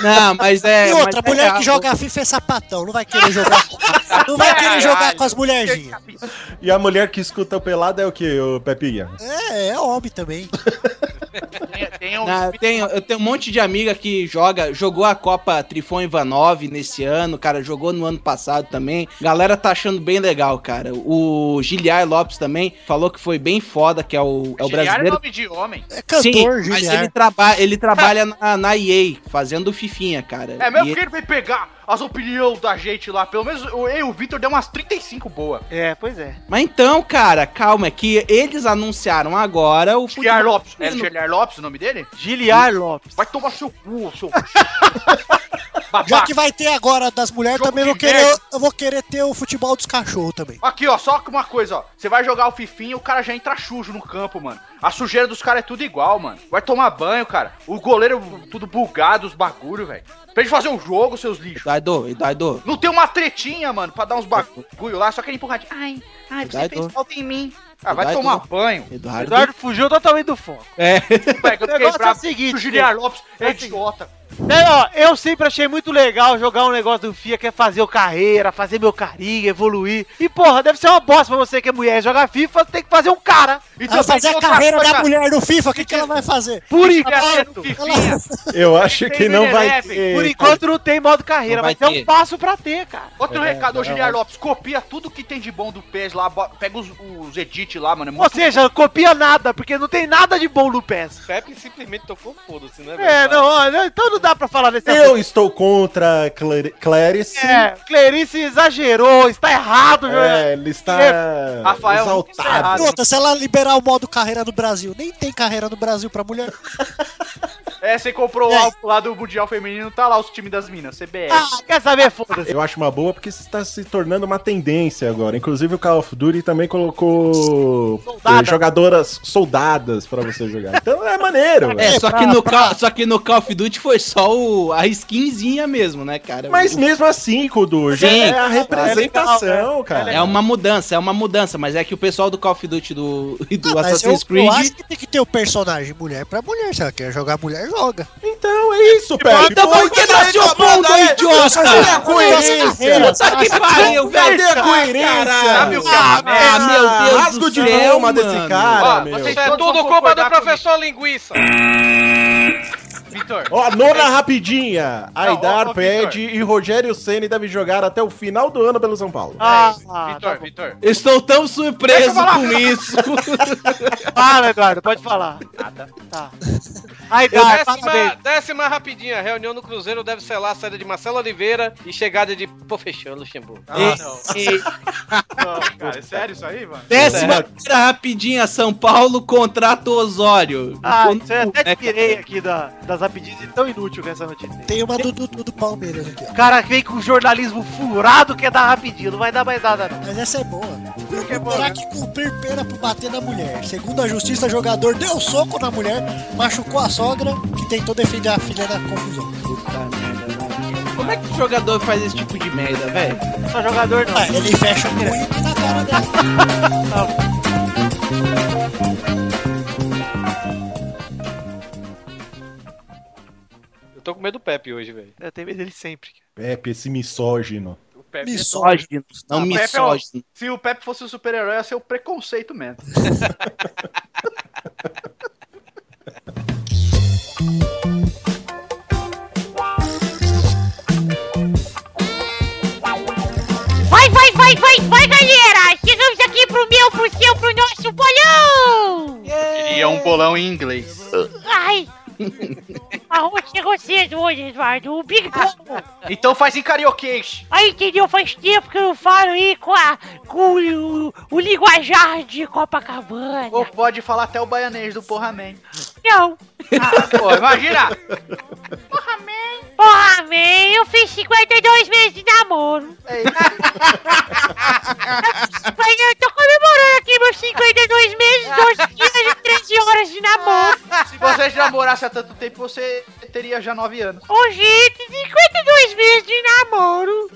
Speaker 6: Não, mas é.
Speaker 10: e outra,
Speaker 6: mas é
Speaker 10: mulher
Speaker 6: real.
Speaker 10: que joga FIFA é sapatão. Não vai querer jogar. não vai querer jogar com as mulherzinhas.
Speaker 9: E a mulher que escuta o pelado é o que, o Pepinha?
Speaker 10: É, é homem também.
Speaker 3: Tem, tem um
Speaker 6: Não, eu, tenho, eu tenho um monte de amiga que joga, jogou a Copa Trifon Ivanov nesse ano, cara, jogou no ano passado também. Galera tá achando bem legal, cara. O Giliar Lopes também falou que foi bem foda, que é o, é o
Speaker 3: Giliar é
Speaker 6: brasileiro.
Speaker 3: nome de homem.
Speaker 10: É cantor,
Speaker 6: Sim, mas
Speaker 10: Giliar.
Speaker 6: ele, traba ele trabalha na, na EA, fazendo fifinha, cara.
Speaker 3: É, meu
Speaker 6: E ele-
Speaker 3: querido, vem pegar as opiniões da gente lá. Pelo menos eu eu e o Vitor deu umas 35 boas.
Speaker 7: É, pois é.
Speaker 6: Mas então, cara, calma, é que eles anunciaram agora o
Speaker 3: Giliar Lopes. É
Speaker 6: feminino.
Speaker 3: Giliar Lopes o nome dele?
Speaker 7: Giliar Lopes.
Speaker 3: Vai tomar seu cu, seu.
Speaker 10: Já
Speaker 3: Babaca.
Speaker 10: que vai ter agora das mulheres,
Speaker 3: tá Jogo
Speaker 10: também
Speaker 3: de
Speaker 10: vou querer,
Speaker 3: merda.
Speaker 10: eu vou querer ter o futebol dos cachorros também.
Speaker 3: Aqui, ó, só uma coisa, ó. Você vai jogar o fifinho, o cara já entra sujo no campo, mano. A sujeira dos caras é tudo igual, mano. Vai tomar banho, cara. O goleiro tudo bugado, os bagulho, velho. Pra gente fazer o jogo, seus lixos.
Speaker 6: Eduardo, Eduardo,
Speaker 3: Não tem uma tretinha, mano, pra dar uns bagulho lá, só quer empurrar de. Ai, ai, você
Speaker 6: Vai,
Speaker 3: fez
Speaker 6: tô.
Speaker 3: falta em mim. Ah, vai
Speaker 6: Vai,
Speaker 3: tomar
Speaker 6: tô.
Speaker 3: banho.
Speaker 7: O
Speaker 6: Eduardo.
Speaker 7: Eduardo fugiu totalmente do foco.
Speaker 6: É.
Speaker 3: Pega,
Speaker 7: O negócio é o
Speaker 3: seguinte,
Speaker 7: seguinte,
Speaker 3: o Giliar Lopes é
Speaker 7: é o seguinte.
Speaker 3: idiota.
Speaker 7: É, ó, eu sempre achei muito legal jogar um negócio do FIA, que é fazer o carreira, fazer meu carinho, evoluir. E, porra, deve ser uma bosta pra você que é mulher e joga FIFA, tem que fazer um cara.
Speaker 3: Então
Speaker 10: Vai fazer a carreira da mulher no FIFA, o que, que ela vai fazer?
Speaker 7: Por
Speaker 3: enquanto.
Speaker 7: enquanto,
Speaker 9: Eu acho que não vai ter.
Speaker 7: por enquanto não tem modo carreira,
Speaker 6: Não vai
Speaker 7: mas é um
Speaker 6: ter.
Speaker 7: passo pra ter, cara.
Speaker 3: Outro
Speaker 9: É,
Speaker 3: recado, ô
Speaker 9: é,
Speaker 3: Giliar
Speaker 9: é.
Speaker 3: Lopes, copia tudo que tem de bom do PES lá, bo- pega os, os edit lá, mano. É
Speaker 7: Ou
Speaker 3: muito
Speaker 7: seja, copia nada, porque não tem nada de bom no PES.
Speaker 5: Pepe simplesmente tocou foda-se, né?
Speaker 7: É, não, ó, não, então não dá pra falar desse
Speaker 9: Eu estou contra a Clari- Clarice.
Speaker 7: É, Clarice exagerou, está errado, é.
Speaker 9: É, ele está
Speaker 3: Rafael, tá errado.
Speaker 9: exaltado.
Speaker 10: E outra, se ela liberar o modo carreira no Brasil, nem tem carreira no Brasil pra mulher.
Speaker 3: É, você comprou o
Speaker 10: É.
Speaker 3: álbum lá do Mundial Feminino, tá lá os times das minas, CBS.
Speaker 7: Ah, quer saber, foda-se.
Speaker 9: Eu acho uma boa porque isso está se tornando uma tendência agora. Inclusive o Call of Duty também colocou
Speaker 7: Soldada.
Speaker 9: eh, jogadoras soldadas pra você jogar. Então é maneiro, velho.
Speaker 6: É, só que, no Call, só que no Call of Duty foi só o, a skinzinha mesmo, né, cara?
Speaker 9: Mas
Speaker 6: O-
Speaker 9: mesmo assim, Kudu, já
Speaker 6: Sim.
Speaker 9: é a representação, cara.
Speaker 6: É uma mudança, é uma mudança, mas é que o pessoal do Call of Duty do, e do
Speaker 10: Ah, mas eu,
Speaker 6: Assassin's
Speaker 10: eu acho
Speaker 6: Creed.
Speaker 10: que tem que ter o personagem mulher pra mulher. Se ela quer jogar mulher, joga.
Speaker 9: Então é isso, Pepe.
Speaker 6: Então por que nasceu o mundo,
Speaker 7: Ah,
Speaker 10: é
Speaker 6: idiota?
Speaker 9: coerência.
Speaker 6: Puta Tá que pariu, velho!
Speaker 9: Cadê a
Speaker 3: Sabe o
Speaker 9: coerência?
Speaker 3: que é uma merda?
Speaker 6: Ah, meu Deus
Speaker 9: Rasgo
Speaker 6: do
Speaker 9: de
Speaker 6: céu,
Speaker 9: lama desse
Speaker 6: mano.
Speaker 9: cara,
Speaker 3: Ó,
Speaker 9: meu.
Speaker 3: vocês
Speaker 5: Isso é
Speaker 3: todos
Speaker 5: tudo
Speaker 3: vão
Speaker 5: culpa
Speaker 3: concordar
Speaker 5: do professor Linguiça.
Speaker 3: Vitor,
Speaker 9: Ó, nona rapidinha.
Speaker 3: ó, ó,
Speaker 9: Aidar,
Speaker 3: Vitor.
Speaker 9: Pede e Rogério Ceni devem jogar até o final do ano pelo São Paulo.
Speaker 7: Ah,
Speaker 3: Vitor, Vitor.
Speaker 6: Estou tão
Speaker 3: Deixa eu
Speaker 6: surpreso
Speaker 3: falar.
Speaker 6: com isso.
Speaker 7: fala, Eduardo, pode falar.
Speaker 3: Nada.
Speaker 7: Tá. Aí, Eduardo, parabéns.
Speaker 5: Décima, décima rapidinha. Reunião no Cruzeiro deve selar a saída de Marcelo Oliveira e chegada de. Pô, fechou, Luxemburgo.
Speaker 3: Ah, não. Não, cara, é sério isso aí, mano?
Speaker 6: Décima primeira rapidinha, São Paulo contrata o Osório.
Speaker 7: Ah,
Speaker 6: Quando-
Speaker 7: isso eu até
Speaker 6: né,
Speaker 7: tirei aqui da, das rapidinhas, é tão inútil que essa notícia.
Speaker 10: Tem uma do, do, do Palmeiras aqui, ó.
Speaker 7: O cara vem com jornalismo furado quer dar rapidinho, não vai dar mais nada não.
Speaker 10: Mas essa é boa.
Speaker 7: que é boa,
Speaker 10: Terá
Speaker 7: né?
Speaker 10: que cumprir pena por bater na mulher. Segundo a justiça, jogador deu soco na mulher, machucou a sogra, que tentou defender a filha da confusão.
Speaker 6: Como é que o jogador faz esse tipo de merda, velho?
Speaker 7: Só jogador não.
Speaker 10: Ah, ele fecha o punho na cara dela.
Speaker 5: com medo do Pepe hoje, velho.
Speaker 7: É, Eu tenho medo dele sempre.
Speaker 9: Pepe, esse misógino.
Speaker 5: O Pepe
Speaker 6: Misógino. Não,
Speaker 3: O Pepe é o-
Speaker 6: misógino.
Speaker 3: Se o Pepe fosse um super-herói, ia ser o preconceito mesmo.
Speaker 11: Vai, vai, vai, vai, vai, galera! Chegamos aqui pro meu, pro seu, pro nosso bolão!
Speaker 3: Queria um bolão em inglês.
Speaker 11: Ai! Arroz chegou cedo hoje, Eduardo. O Big Bolo.
Speaker 3: Então faz em carioquês.
Speaker 11: Aí, entendeu? Faz tempo que eu não falo aí com, a, com o, o linguajar de Copacabana.
Speaker 3: Ou pode falar até o baianês do Porra Man.
Speaker 11: Não.
Speaker 3: Pô, imagina!
Speaker 11: Porra, man, eu fiz 52 meses de namoro.
Speaker 3: É
Speaker 11: Mas eu tô comemorando aqui meus 52 meses, 12 dias e 13 horas de namoro.
Speaker 3: Se você já namorasse há tanto tempo, você teria já 9 anos.
Speaker 11: Ô, gente, 52 meses de namoro.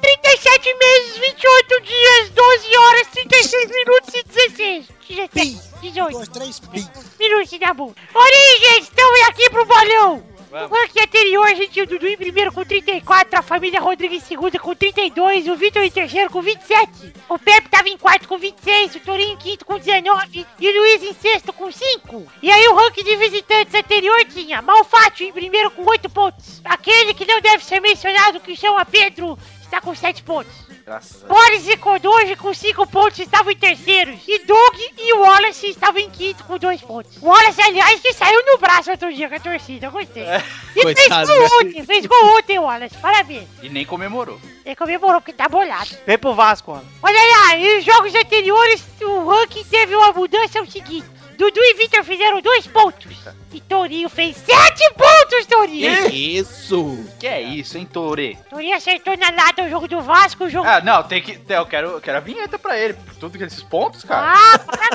Speaker 11: 37 meses, 28 dias, 12 horas, 36 minutos e 16. 17, 18
Speaker 10: Dois, três, pim.
Speaker 11: minutos de namoro. Origens, estamos aqui pro bolão. No ranking anterior, a gente tinha o Dudu em primeiro com 34, a família Rodrigues em segundo com 32, o Vitor em terceiro com 27. O Pepe tava em quarto com 26, o Torinho em quinto com 19 e o Luiz em sexto com 5. E aí o ranking de visitantes anterior tinha Malfátio em primeiro com 8 pontos. Aquele que não deve ser mencionado, que chama Pedro, está com 7 pontos.
Speaker 3: Graças a Deus.
Speaker 11: Boris e Kodoji com 5 pontos estavam em terceiros. E Doug e Wallace estavam em quinto com 2 pontos. Wallace, aliás, que saiu no braço outro dia com a torcida, eu gostei. e fez
Speaker 6: coitado,
Speaker 11: gol
Speaker 6: né?
Speaker 11: ontem, fez gol ontem, Wallace, parabéns.
Speaker 3: E nem comemorou.
Speaker 11: Ele comemorou porque tá bolado.
Speaker 7: Vem pro Vasco, mano.
Speaker 11: Olha lá, e os jogos anteriores, o ranking teve uma mudança, é o seguinte. Dudu e Vitor fizeram 2 pontos. E Torinho fez 7 pontos, Torinho.
Speaker 6: Que isso?
Speaker 3: Que é isso, hein, Tore?
Speaker 11: Torinho acertou na lata o jogo do Vasco, o jogo...
Speaker 3: Ah, não, tem que. Eu quero, eu quero a vinheta pra ele, por tudo que esses pontos, cara.
Speaker 11: Ah, para...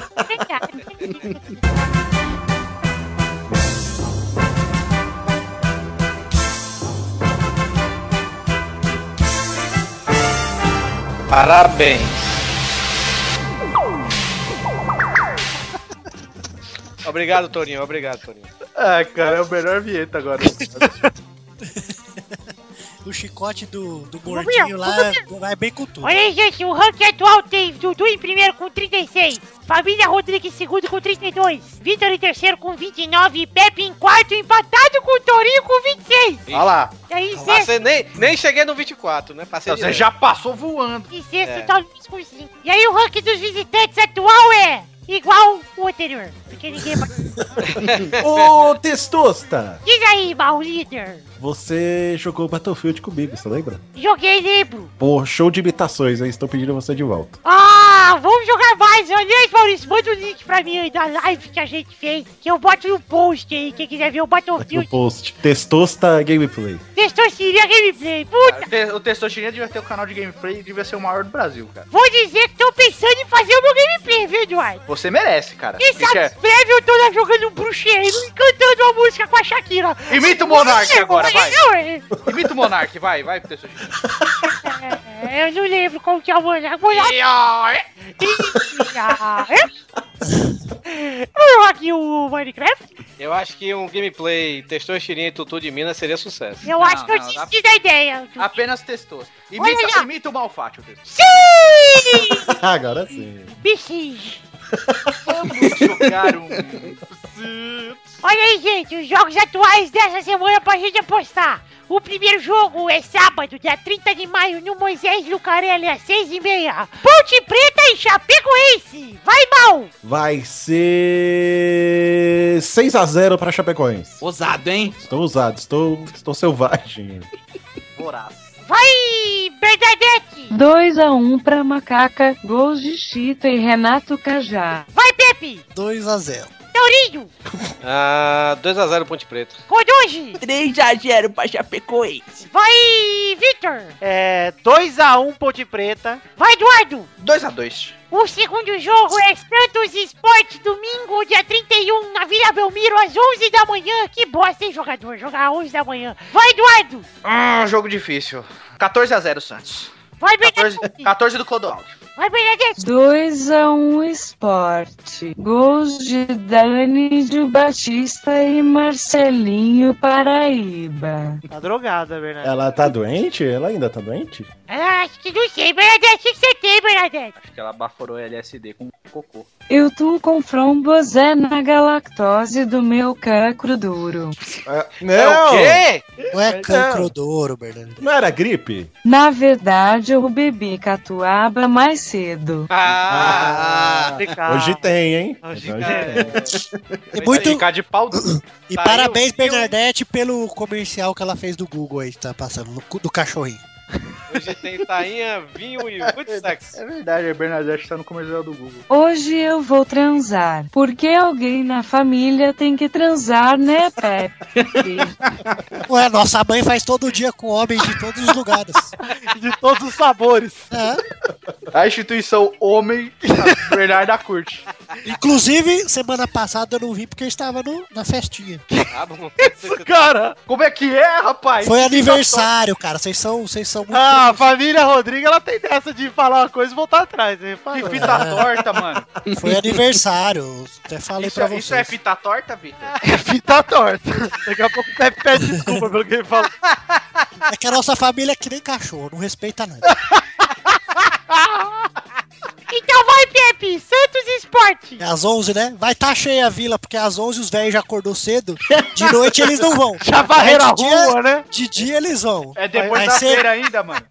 Speaker 3: Parabéns.
Speaker 5: Obrigado, Torinho. Obrigado, Torinho.
Speaker 3: Ah, cara, é o melhor vinheta agora.
Speaker 10: O chicote do, do
Speaker 11: meu,
Speaker 10: gordinho lá
Speaker 11: ô,
Speaker 10: vai bem com tudo.
Speaker 11: Olha aí, gente, o ranking atual tem Dudu em primeiro com 36, Família Rodrigues em segundo com 32, Vitor em terceiro com 29 e Pepe em quarto empatado com o Torinho com 26.
Speaker 3: Olha lá.
Speaker 11: E aí, em sexto,
Speaker 5: Passei, nem, nem cheguei no 24, né? Passei
Speaker 3: Então, você
Speaker 5: direto.
Speaker 3: já passou voando.
Speaker 11: em sexto
Speaker 5: É.
Speaker 11: tá o Luiz com 5. E aí o ranking dos visitantes atual é igual o anterior, porque ninguém mais...
Speaker 9: Ô, Testosta!
Speaker 11: Diz aí, mal líder.
Speaker 9: Você jogou Battlefield comigo, você lembra?
Speaker 11: Joguei lembro.
Speaker 9: Pô, show de imitações, hein? Estou pedindo você de volta.
Speaker 11: Ah, vamos jogar mais. Aliás, Maurício, manda o link pra mim aí da live que a gente fez. Que eu boto no post aí. Quem quiser ver o
Speaker 9: Tá Aqui no
Speaker 11: Battlefield,
Speaker 9: post. Testosta Gameplay.
Speaker 11: testou Siria Gameplay. Puta,
Speaker 3: O Te- O Testostirinha devia ter o canal de gameplay e devia ser o maior do Brasil, cara.
Speaker 11: vou dizer que tô pensando em fazer o meu gameplay, viu, Eduardo?
Speaker 3: Você merece, cara.
Speaker 11: Quem
Speaker 3: Que que
Speaker 11: sabe
Speaker 3: é?
Speaker 11: em breve eu tô lá jogando um bruxeiro e cantando uma música com a Shakira.
Speaker 3: Imita o Monark
Speaker 11: Eu
Speaker 3: agora, vai.
Speaker 11: não lembro,
Speaker 3: Imita o Monark, vai, vai, Testostirinha.
Speaker 11: é, é, eu não lembro como que é o Monark. Monark. é? Vamos jogar aqui o Minecraft?
Speaker 5: Eu acho que um gameplay testou Xirinha e Tutu de Minas seria sucesso.
Speaker 11: Eu
Speaker 3: Não,
Speaker 11: acho que eu
Speaker 3: não, Ah.
Speaker 11: desisti da ideia.
Speaker 3: Apenas testou.
Speaker 11: Olha
Speaker 3: Imita,
Speaker 11: lá.
Speaker 3: imita o Malfátio, Testostirinha.
Speaker 11: Sim!
Speaker 9: Agora sim.
Speaker 11: Bichinhos.
Speaker 3: Vamos jogar um.
Speaker 11: Olha aí, gente, os jogos atuais dessa semana pra gente apostar. O primeiro jogo é sábado, dia 30 de maio, no Moisés Lucarelli, às 6h30. Ponte Preta e Chapecoense. Vai, mal!
Speaker 9: Vai ser 6x0 para Chapecoense.
Speaker 6: Ousado, hein?
Speaker 9: Estou usado, estou, estou selvagem.
Speaker 11: Vai, Bernadette!
Speaker 12: 2x1 pra Macaca, gols de Chita e Renato Cajá.
Speaker 11: Vai, Pepe!
Speaker 10: 2 a 0
Speaker 11: Taurinho!
Speaker 5: Ah, 2x0 Ponte Preta.
Speaker 11: Coduji!
Speaker 6: 3 a 0 pra Chapecoense.
Speaker 11: Vai, Vitor!
Speaker 7: É 2x1 Ponte Preta.
Speaker 11: Vai, Eduardo!
Speaker 3: 2x2.
Speaker 11: O segundo jogo é Santos Esporte, domingo, dia 31, na Vila Belmiro, às 11 da manhã. Que bosta, hein, jogador? Jogar às 11 da manhã. Vai, Eduardo!
Speaker 3: Ah, Hum, jogo difícil. 14x0, Santos.
Speaker 11: Vai,
Speaker 3: 14,
Speaker 11: Bernadette!
Speaker 3: 14 do Clodoaldo.
Speaker 11: Vai, Bernadette!
Speaker 12: 2 a 1 Esporte. Gols de Dani Batista e Marcelinho Paraíba.
Speaker 7: Tá drogada, Bernadette.
Speaker 9: Ela tá doente? Ela ainda tá doente?
Speaker 11: Ah, acho que não sei, Bernadette. O que que você tem, Bernadette?
Speaker 3: Acho que ela baforou LSD com cocô.
Speaker 12: Eu tô com frombosé na galactose do meu cancro duro.
Speaker 9: não!
Speaker 10: É
Speaker 9: o
Speaker 10: Não é cancro do ouro, Bernardo.
Speaker 9: Não era gripe?
Speaker 12: Na verdade, eu bebi catuaba mais cedo.
Speaker 9: Ah! Hoje tem, hein?
Speaker 7: Hoje
Speaker 9: Então
Speaker 10: E muito-
Speaker 5: Ficar de pau duro.
Speaker 10: E
Speaker 5: Saiu,
Speaker 10: parabéns,
Speaker 5: viu?
Speaker 10: Bernadette, pelo comercial que ela fez do Google aí, que tá passando, no cu do cachorrinho.
Speaker 5: Hoje tem tainha, vinho e muito sexo.
Speaker 3: É verdade, a Bernadette tá no comercial do Google.
Speaker 12: Hoje eu vou transar. Porque alguém na família tem que transar, né, Pepe?
Speaker 10: Ué, nossa mãe faz todo dia com homens de todos os lugares.
Speaker 7: De todos os sabores.
Speaker 3: A instituição Homem a Bernarda curte.
Speaker 10: Inclusive, semana passada eu não vim porque eu estava no- na festinha.
Speaker 5: Tá bom.
Speaker 7: Cara,
Speaker 3: como é que é, rapaz?
Speaker 10: Foi aniversário, cara. Vocês são, vocês são muito.
Speaker 7: Ah, a família Rodrigues, ela tem dessa de falar uma coisa e voltar atrás, hein?
Speaker 3: Que fita torta, mano.
Speaker 10: Foi aniversário. eu Até falei
Speaker 3: Isso
Speaker 10: pra
Speaker 3: é,
Speaker 10: vocês.
Speaker 3: isso é fita torta, Vitor?
Speaker 5: Ah.
Speaker 7: Fita torta. Daqui a pouco o Pepe pede desculpa pelo que ele falou.
Speaker 10: É que a nossa família é que nem cachorro, não respeita nada.
Speaker 11: Então vai, Pepe! Santos Esporte!
Speaker 10: É às 11, né? Vai tá cheia a vila, porque às 11 os velhos já acordou cedo. De noite eles não vão.
Speaker 7: Já varreram
Speaker 10: Aí
Speaker 7: a
Speaker 10: de dia-
Speaker 7: rua, né?
Speaker 10: De dia eles vão.
Speaker 3: É depois
Speaker 10: Vai
Speaker 3: da
Speaker 10: ser-
Speaker 3: feira ainda, mano.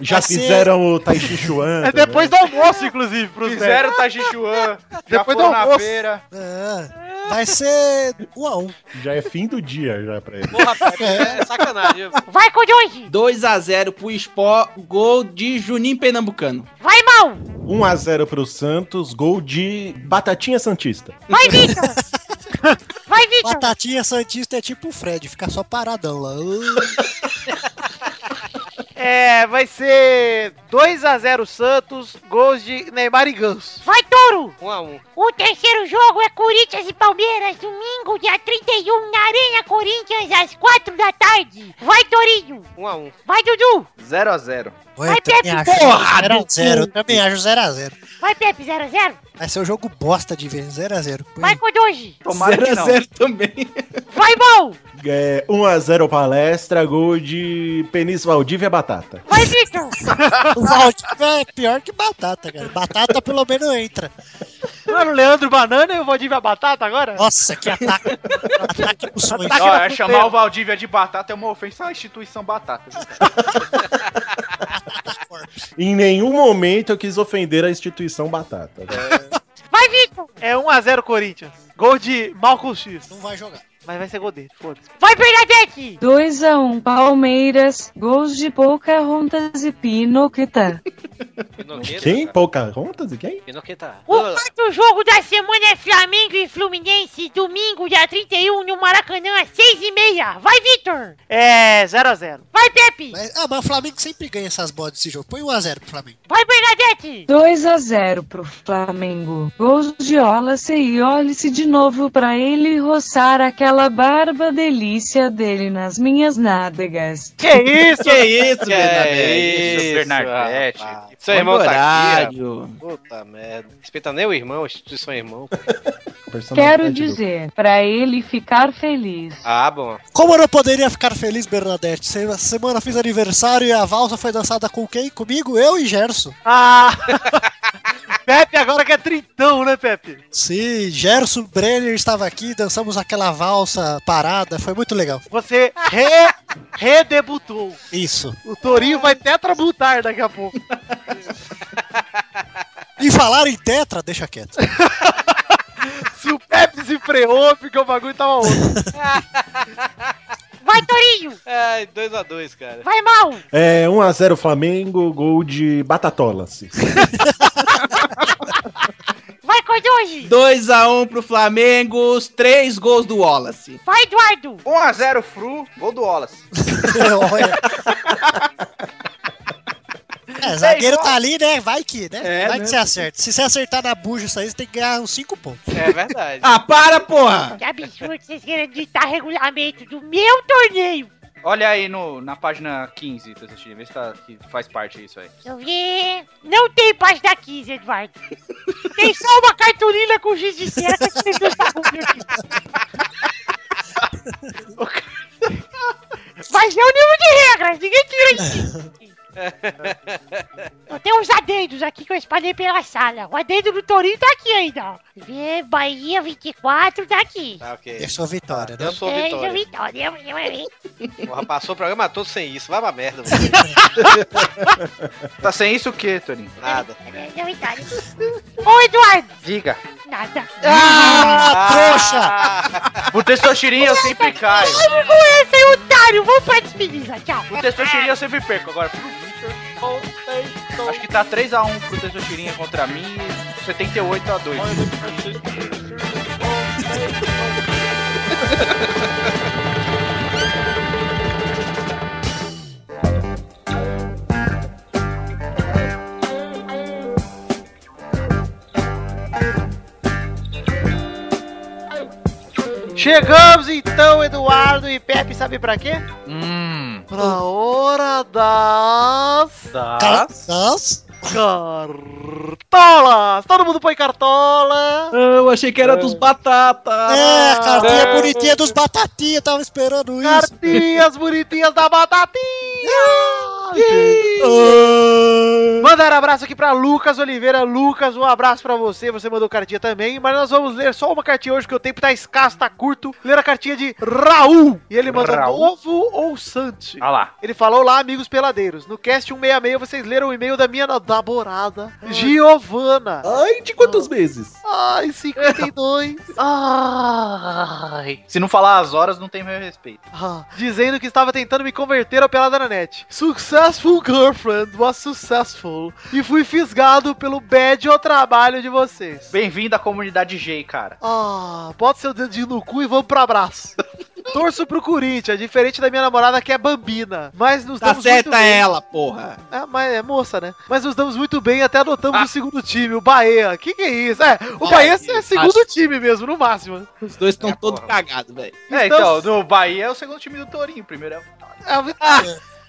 Speaker 9: Já
Speaker 10: Vai
Speaker 9: Assim,
Speaker 10: ser-
Speaker 9: fizeram o Tai Chi Chuan.
Speaker 7: É depois do almoço, inclusive, pros
Speaker 3: Fizeram o Tajichuan, já
Speaker 7: Depois
Speaker 3: foram
Speaker 7: do
Speaker 3: na
Speaker 7: almoço.
Speaker 3: feira.
Speaker 10: É, vai ser um a um.
Speaker 9: também. Já é fim do dia já pra ele.
Speaker 5: Porra, Pepe, é sacanagem.
Speaker 11: Vai, Coruja!
Speaker 6: 2x0 pro Spó, gol de Juninho Pernambucano.
Speaker 11: Vai, Mal!
Speaker 9: 1x0 pro Santos, gol de Batatinha Santista.
Speaker 11: Vai, Vitor! Vai, Vitor!
Speaker 10: Batatinha Santista é tipo o Fred, fica só paradão lá.
Speaker 7: É, vai ser 2x0 Santos, gols de Neymar e Ganso.
Speaker 11: Vai, Touro!
Speaker 5: Um a um.
Speaker 11: O terceiro jogo é Corinthians e Palmeiras, domingo, dia 31, na Arena Corinthians, às 4 da tarde. Vai, Torinho!
Speaker 5: Um a um.
Speaker 11: Vai, Dudu!
Speaker 3: 0x0.
Speaker 10: Ué,
Speaker 11: Vai,
Speaker 10: eu também
Speaker 11: Pepe,
Speaker 10: acho
Speaker 6: porra,
Speaker 10: 0
Speaker 6: do
Speaker 10: a 0 Eu também acho 0x0.
Speaker 11: Vai, Pepe, 0x0.
Speaker 10: Vai ser um jogo bosta de ver, 0x0.
Speaker 11: Vai, Coruja!
Speaker 3: Tomara que não.
Speaker 6: 0x0 também.
Speaker 11: Vai, Mal!
Speaker 9: É, 1x0 palestra, gol de Penis Valdívia Batata.
Speaker 11: Vai, Vitor!
Speaker 10: O Valdívia é pior que batata, cara. Batata pelo menos entra.
Speaker 7: Mano, Leandro Banana e o Valdívia Batata agora?
Speaker 10: Nossa, que ataque. ataque pro sonho.
Speaker 7: Ataque-
Speaker 3: Ó,
Speaker 7: na
Speaker 3: é chamar
Speaker 7: puteira.
Speaker 3: o Valdívia de batata é uma ofensa à instituição batata.
Speaker 9: Em nenhum momento eu quis ofender a instituição Batata.
Speaker 11: Vai, Vitor!
Speaker 7: É 1x0 Corinthians. Gol de Malcolm X.
Speaker 10: Não vai jogar.
Speaker 7: Mas vai ser gol dele, foda-se.
Speaker 11: Vai, Bernadette!
Speaker 12: 2 a 1 Palmeiras, gols de Pocahontas e Pinoquita.
Speaker 5: Pinoqueta.
Speaker 9: Quem?
Speaker 5: cara.
Speaker 9: Pocahontas e quem?
Speaker 5: Pinoqueta.
Speaker 11: O quarto jogo da semana é Flamengo e Fluminense, domingo, dia 31, no Maracanã, às 6h30. Vai, Vitor!
Speaker 7: É, 0x0.
Speaker 11: Vai, Pepe!
Speaker 10: Mas, ah, mas o Flamengo sempre ganha essas bolas desse jogo. Põe 1x0 pro Flamengo.
Speaker 11: Vai, Bernadette!
Speaker 12: 2 a 0 pro Flamengo. Gols de Olace e Olice de novo pra ele roçar aquela barba delícia dele nas minhas nádegas.
Speaker 7: Que isso?
Speaker 6: Que isso, É Bernadette?
Speaker 3: Isso, Bernadette.
Speaker 5: rapaz. Seu irmão tá aqui.
Speaker 6: Horário.
Speaker 5: ó. Puta merda. Respeita nem o irmão, a instituição é irmão.
Speaker 12: Quero
Speaker 9: Personalidade do-
Speaker 12: dizer, pra ele ficar feliz.
Speaker 5: Ah, bom.
Speaker 10: Como eu não poderia ficar feliz, Bernadette? Essa semana fiz aniversário e a valsa foi dançada com quem? Comigo, eu e Gerson.
Speaker 7: Ah! Pepe agora que é trintão, né, Pepe?
Speaker 10: Sim, Gerson Brenner estava aqui, dançamos aquela valsa parada, foi muito legal.
Speaker 7: Você re- redebutou.
Speaker 10: Isso.
Speaker 7: O Torinho vai tetrabutar daqui a pouco.
Speaker 10: E falar em tetra, deixa quieto.
Speaker 7: Se o Pepe se freou, porque o bagulho tava outro.
Speaker 11: Vai, Torinho!
Speaker 5: Ai, 2x2, cara.
Speaker 11: Vai, Mal!
Speaker 9: É, 1x0 Flamengo, gol de Batatolas.
Speaker 11: Vai, Coruja!
Speaker 6: 2x1 pro Flamengo, os três gols do Wallace.
Speaker 11: Vai, Eduardo!
Speaker 3: 1x0 Fru, gol do Wallace.
Speaker 10: Olha. É, zagueiro tá ali, né? Vai que, né?
Speaker 6: É,
Speaker 10: Vai
Speaker 6: né?
Speaker 10: que você acerta. Se você acertar na bucha isso aí, você tem que ganhar uns 5 pontos.
Speaker 5: É verdade.
Speaker 6: Ah, para, porra!
Speaker 11: Que absurdo vocês querem ditar regulamento do meu torneio!
Speaker 3: Olha aí no, na página 15, Tessutini, vê se tá, que faz parte isso aí.
Speaker 11: Deixa eu ver. Não tem página 15, Eduardo. Tem só uma cartolina com giz de cera que eu escrevi os bagulho aqui. Mas é o nível de regras, ninguém tira isso. Eu tenho uns adendos aqui que eu espalhei pela sala. O adendo do Torinho tá aqui ainda, ó. Vê, Bahia 24 tá aqui.
Speaker 5: Tá, ok.
Speaker 10: Eu sou Vitória, né?
Speaker 5: Eu sou
Speaker 11: É,
Speaker 5: Vitória.
Speaker 11: isso é Vitória. Eu, eu, eu-
Speaker 5: Porra, passou o programa todo sem isso. Vai pra merda, você.
Speaker 3: Tá sem isso o quê, Toninho?
Speaker 5: Nada.
Speaker 11: eu- eu- Vitória. Ô, Eduardo!
Speaker 3: Diga.
Speaker 11: Nada.
Speaker 3: Ah, trouxa! Pro Testosterinha eu sempre caio.
Speaker 11: Vamos com essa, hein, é, otário! Vamos pra despedida, tchau!
Speaker 3: Pro Testosterinha eu sempre perco. Agora, pro Victor, acho que tá 3x1 pro Testosterinha contra mim e 78x2.
Speaker 7: Chegamos então, Eduardo e Pepe, sabe pra quê?
Speaker 3: Hum.
Speaker 7: Pra hora das.
Speaker 3: Tá.
Speaker 10: Das?
Speaker 7: Cartolas! Todo mundo põe cartola!
Speaker 6: Ah, Eu achei que era dos batatas.
Speaker 10: É, cartinha bonitinha dos batatinha, tava esperando isso.
Speaker 7: Cartinhas bonitinhas da batatinha! Mandar um abraço aqui pra Lucas Oliveira. Lucas, um abraço pra você. Você mandou cartinha também, mas nós vamos ler só uma cartinha hoje, porque o tempo tá escasso, tá curto. Ler a cartinha de Raul. E ele mandou
Speaker 3: Raul?
Speaker 7: ovo ou Sante.
Speaker 3: Ah lá.
Speaker 7: Ele falou lá, amigos peladeiros. No cast 166, vocês leram o e-mail da minha namorada, Giovana.
Speaker 9: Ah.
Speaker 6: Ai, de quantos meses?
Speaker 7: Ai, 52. Ai.
Speaker 3: Se não falar as horas, não tem meu respeito.
Speaker 7: Ah, dizendo que estava tentando me converter ao Pelada na Net. Successful girlfriend was successful. E fui fisgado pelo bad trabalho de vocês.
Speaker 3: Bem-vindo à comunidade G, cara.
Speaker 7: Ah, bota seu dedinho no cu e vamos pro abraço. Torço pro Corinthians, é diferente da minha namorada que é bambina. Mas nos
Speaker 6: Tá
Speaker 7: damos muito
Speaker 6: certa
Speaker 7: bem.
Speaker 6: ela, porra.
Speaker 7: É, mas é moça, né? Mas nos damos muito bem, até
Speaker 6: Ah.
Speaker 7: adotamos o segundo time, o Bahia. Que que é isso? É, o Bahia é segundo time mesmo, no máximo.
Speaker 6: Os dois estão todos cagados, velho.
Speaker 3: É, então, no Bahia é o segundo time do Torinho, o primeiro é o
Speaker 7: Ah,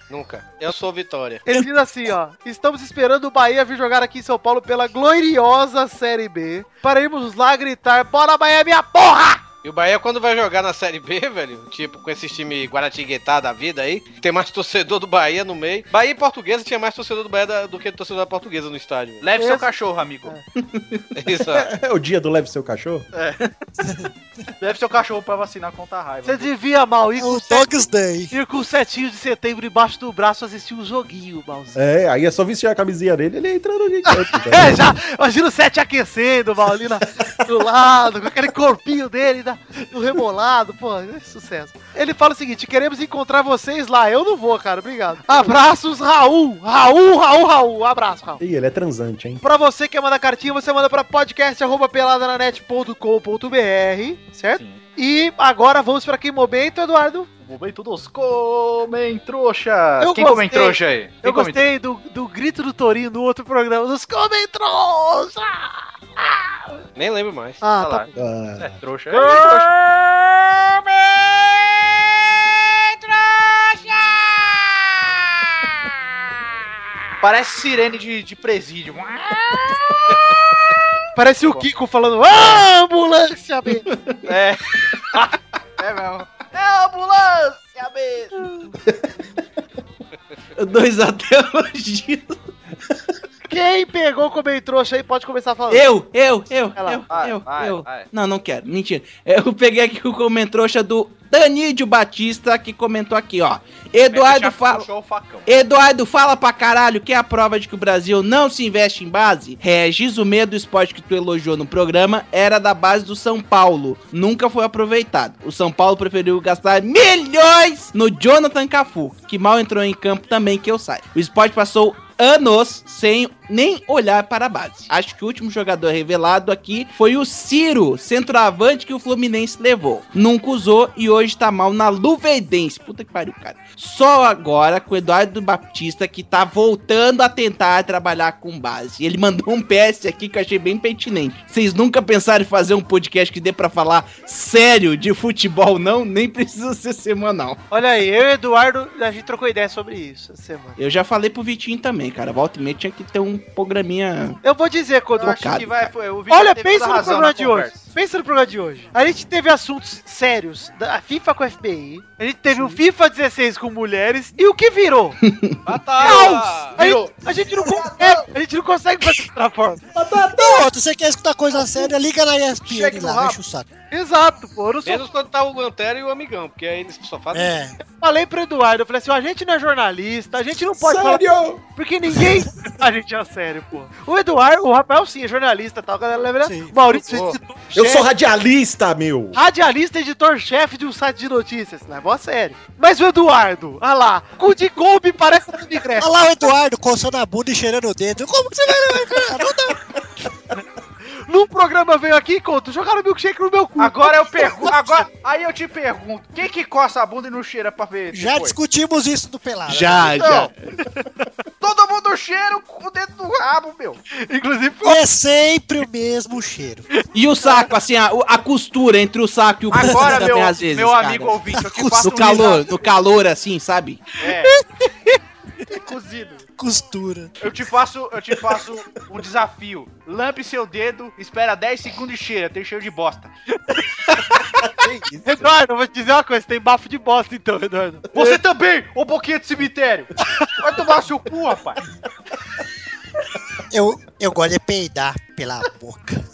Speaker 5: Nunca. Eu sou Vitória.
Speaker 7: Ele diz assim, ó. Estamos esperando o Bahia vir jogar aqui em São Paulo pela gloriosa Série B. Para irmos lá gritar, bora Bahia, minha porra!
Speaker 5: E o Bahia, quando vai jogar na Série B, velho, tipo com esses time Guaratinguetá da vida aí, tem mais torcedor do Bahia no meio. Bahia e Portuguesa tinha mais torcedor do Bahia da- do que torcedor da Portuguesa no estádio. velho.
Speaker 3: Leve seu cachorro, amigo.
Speaker 5: Isso, ó.
Speaker 9: É o dia do leve seu cachorro?
Speaker 3: Leve seu cachorro pra vacinar contra a raiva.
Speaker 7: Você devia, mal ir com, o
Speaker 10: É Dogs Day.
Speaker 7: ir com o setinho de setembro embaixo do braço assistir um joguinho, Malzinho.
Speaker 9: É, aí é só vestir a camisinha dele ele entra no gente.
Speaker 7: É, já, imagina o sete aquecendo, Maulina, do lado, com aquele corpinho dele, da, do rebolado, pô, é sucesso. Ele fala o seguinte, queremos encontrar vocês lá, eu não vou, cara, obrigado. Abraços, Raul, Raul, Raul, Raul, abraço, Raul.
Speaker 9: Ih, ele é transante, hein?
Speaker 7: Pra você que quer mandar cartinha, você manda pra podcast.peladananet.com.br, certo? E agora vamos pra que momento, Eduardo?
Speaker 3: Momento dos comem trouxa.
Speaker 7: Eu
Speaker 3: Quem comem
Speaker 7: gostei.
Speaker 3: trouxa aí? Quem
Speaker 7: Eu
Speaker 3: comem
Speaker 7: gostei do, do grito do Torinho no outro programa, dos comentários! Ah,
Speaker 5: Nem lembro mais.
Speaker 7: Ah,
Speaker 3: Tá
Speaker 7: tá.
Speaker 3: lá.
Speaker 9: Ah,
Speaker 3: É trouxa. É, trouxa. Parece sirene de, de presídio.
Speaker 7: Parece o Kiko falando, "Ah, ambulância, B!
Speaker 3: É. É mesmo. É ambulância, mesmo.
Speaker 6: Dois até hoje.
Speaker 7: Quem pegou como em trouxa aí pode começar falando.
Speaker 6: Eu, eu, eu,
Speaker 7: Vai lá,
Speaker 6: eu,
Speaker 3: vai,
Speaker 6: eu,
Speaker 3: vai,
Speaker 6: eu.
Speaker 3: vai.
Speaker 6: Não, não quero, mentira. Eu peguei aqui o comentrouxa do Danídio Batista, que comentou aqui, ó. Eduardo
Speaker 3: Já
Speaker 6: fala...
Speaker 3: puxou o facão.
Speaker 6: Eduardo, fala pra caralho que é a prova de que o Brasil não se investe em base? Regis, o medo do esporte que tu elogiou no programa era da base do São Paulo. Nunca foi aproveitado. O São Paulo preferiu gastar milhões no Jonathan Cafu, que mal entrou em campo também que eu saio. O esporte passou anos sem nem olhar para a base. Acho que o último jogador revelado aqui foi o Ciro, centroavante que o Fluminense levou. Nunca usou e hoje tá mal na Luverdense. Puta que pariu, cara. Só agora com o Eduardo Batista que tá voltando a tentar trabalhar com base. Ele mandou um PS aqui que eu achei bem pertinente. Vocês nunca pensaram em fazer um podcast que dê pra falar sério de futebol, não? Nem precisa ser semanal.
Speaker 7: Olha aí, eu e o Eduardo, a gente trocou ideia sobre isso essa semana.
Speaker 6: Eu já falei pro Vitinho também, cara. Volta e meia tinha que ter um programinha.
Speaker 7: Eu vou dizer quando
Speaker 6: Eu acho
Speaker 7: acho
Speaker 6: que
Speaker 7: vai.
Speaker 6: vai-
Speaker 7: Olha, pensa no programa de hoje.
Speaker 3: conversa.
Speaker 7: Pensa no programa de hoje. A gente teve assuntos sérios da FIFA com o FBI. A gente teve o FIFA 16 com mulheres. E o que virou?
Speaker 3: tá,
Speaker 7: Caos! A gente, a gente não consegue, a gente não consegue fazer outra forma.
Speaker 10: Não, outro, você quer escutar coisa séria, liga na ESPN lá, deixa o saco.
Speaker 7: Exato, pô. Eu não sou
Speaker 5: Menos quando tá o Antero e o amigão, porque aí eles só fazem.
Speaker 10: É.
Speaker 7: Falei pro Eduardo, eu falei assim, ó, a gente não é jornalista, a gente não pode falar... Porque ninguém... a gente é sério, pô. O Eduardo, o Rafael sim, é jornalista e tal, a galera lembra? O Maurício,
Speaker 9: Pô,
Speaker 7: editor,
Speaker 9: Eu sou radialista, meu!
Speaker 7: radialista, editor-chefe de um site de notícias, negócio sério. Mas o Eduardo, ah lá, cu de golpe parece um ingresso.
Speaker 10: Olha lá o Eduardo coçando a bunda e cheirando o dedo. Como que você vai... Não dá.
Speaker 7: Num programa veio aqui e conta, jogaram milkshake no meu cu.
Speaker 3: Agora eu pergunto. Agora, aí eu te pergunto: quem que coça a bunda e não cheira pra ver?
Speaker 10: Já
Speaker 3: depois?
Speaker 10: discutimos isso do Pelado.
Speaker 6: Já,
Speaker 3: Então, Todo mundo cheira com o dedo do rabo, meu.
Speaker 7: Inclusive,
Speaker 10: É sempre o mesmo cheiro.
Speaker 6: E o saco, assim, a, a costura entre o saco e o pulso
Speaker 3: Agora, meu,
Speaker 6: também, às vezes,
Speaker 3: meu
Speaker 6: cara.
Speaker 3: amigo ouvinte, eu que faço um
Speaker 6: No calor, no calor, assim, sabe?
Speaker 3: É, cozido.
Speaker 10: Costura.
Speaker 3: Eu te faço, eu te faço um desafio. Lampe seu dedo, espera 10 segundos e cheira, tem cheiro de bosta.
Speaker 7: Eduardo, eu vou te dizer uma coisa, tem bafo de bosta então, Eduardo.
Speaker 3: Você também, ô boquinha de cemitério. Vai tomar seu cu, rapaz.
Speaker 10: Eu, eu gosto de peidar pela boca.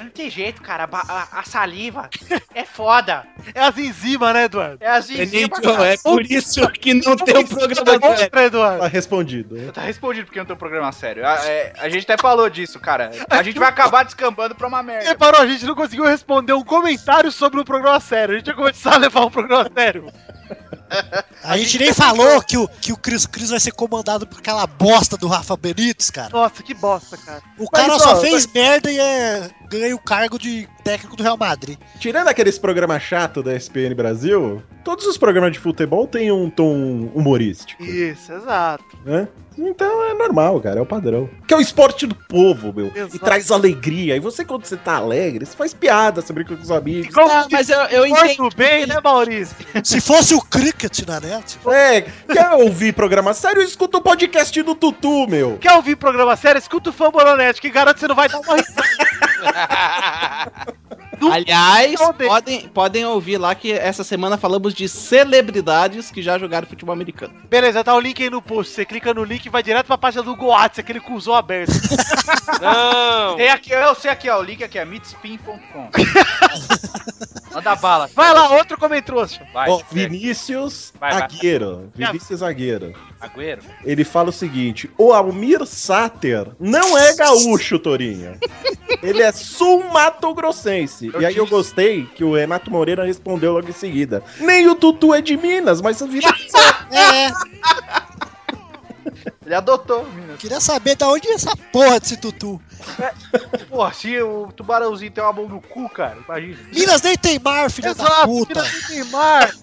Speaker 3: Não tem jeito, cara. A, ba- a- a saliva é foda.
Speaker 7: É as enzimas, né, Eduardo?
Speaker 3: É assim,
Speaker 6: É, então, é por isso que não tem um programa
Speaker 7: Tá
Speaker 6: sério.
Speaker 7: bom, Eduardo?
Speaker 9: Tá respondido. né?
Speaker 3: Tá respondido porque não tem um programa sério. A, é, a gente até falou disso, cara. A gente vai acabar descambando pra uma
Speaker 7: Ele
Speaker 3: merda.
Speaker 7: parou, a gente não conseguiu responder um comentário sobre um programa sério. A gente ia começar a levar um programa sério.
Speaker 10: A gente nem falou que o, que o Cris Cris vai ser comandado por aquela bosta do Rafa Benítez, cara.
Speaker 7: Nossa, que bosta, cara.
Speaker 10: O cara
Speaker 7: Mas,
Speaker 10: só
Speaker 7: ó,
Speaker 10: fez merda e é, ganha o cargo de técnico do Real Madrid.
Speaker 9: Tirando aqueles programas chato da SPN Brasil, todos os programas de futebol têm um tom humorístico,
Speaker 7: Isso, exato.
Speaker 9: né? Então é normal, cara, é o padrão. Que é o esporte do povo, meu.
Speaker 7: Exato.
Speaker 9: E traz alegria. E você, quando você tá alegre, você faz piada, você brinca com os amigos.
Speaker 7: Igual
Speaker 6: Ah, mas eu, eu entendi.
Speaker 7: Muito bem, né, Maurício?
Speaker 10: Se fosse o cricket né, na net,
Speaker 9: É, quer ouvir programa sério? Escuta o podcast do Tutu, meu.
Speaker 7: Quer ouvir programa sério? Escuta o Fã Boronete, que garanto que você não vai dar uma risada.
Speaker 6: Aliás,
Speaker 7: Não tem.
Speaker 6: podem, podem ouvir lá que essa semana falamos de celebridades que já jogaram futebol americano.
Speaker 7: Beleza, tá o link aí no post. Você clica no link e vai direto pra página do Goatz, aquele cuzão aberto.
Speaker 5: Não!
Speaker 3: Tem aqui, eu sei aqui, ó. O link aqui é mitspin.com. Manda bala.
Speaker 7: Vai lá, outro comentrouxa.
Speaker 3: Vai,
Speaker 9: Ó,
Speaker 3: segue.
Speaker 9: Vinícius
Speaker 3: Vai, vai.
Speaker 9: Zagueiro. Vinícius Zagueiro.
Speaker 3: Agüero.
Speaker 9: Ele fala o seguinte: o Almir Sater não é gaúcho, Torinho. Ele é sul-mato-grossense.
Speaker 3: Eu
Speaker 9: E aí eu
Speaker 3: disse.
Speaker 9: gostei que o Renato Moreira respondeu logo em seguida. Nem o Tutu é de Minas, mas a vida.
Speaker 10: é.
Speaker 3: Ele adotou, menino.
Speaker 10: Queria saber da onde é essa porra desse Tutu.
Speaker 3: Porra, se o tubarãozinho tem uma mão no cu, cara, imagina.
Speaker 10: Minas nem tem mar, filha
Speaker 7: é
Speaker 10: da puta.
Speaker 7: Exato, Neymar.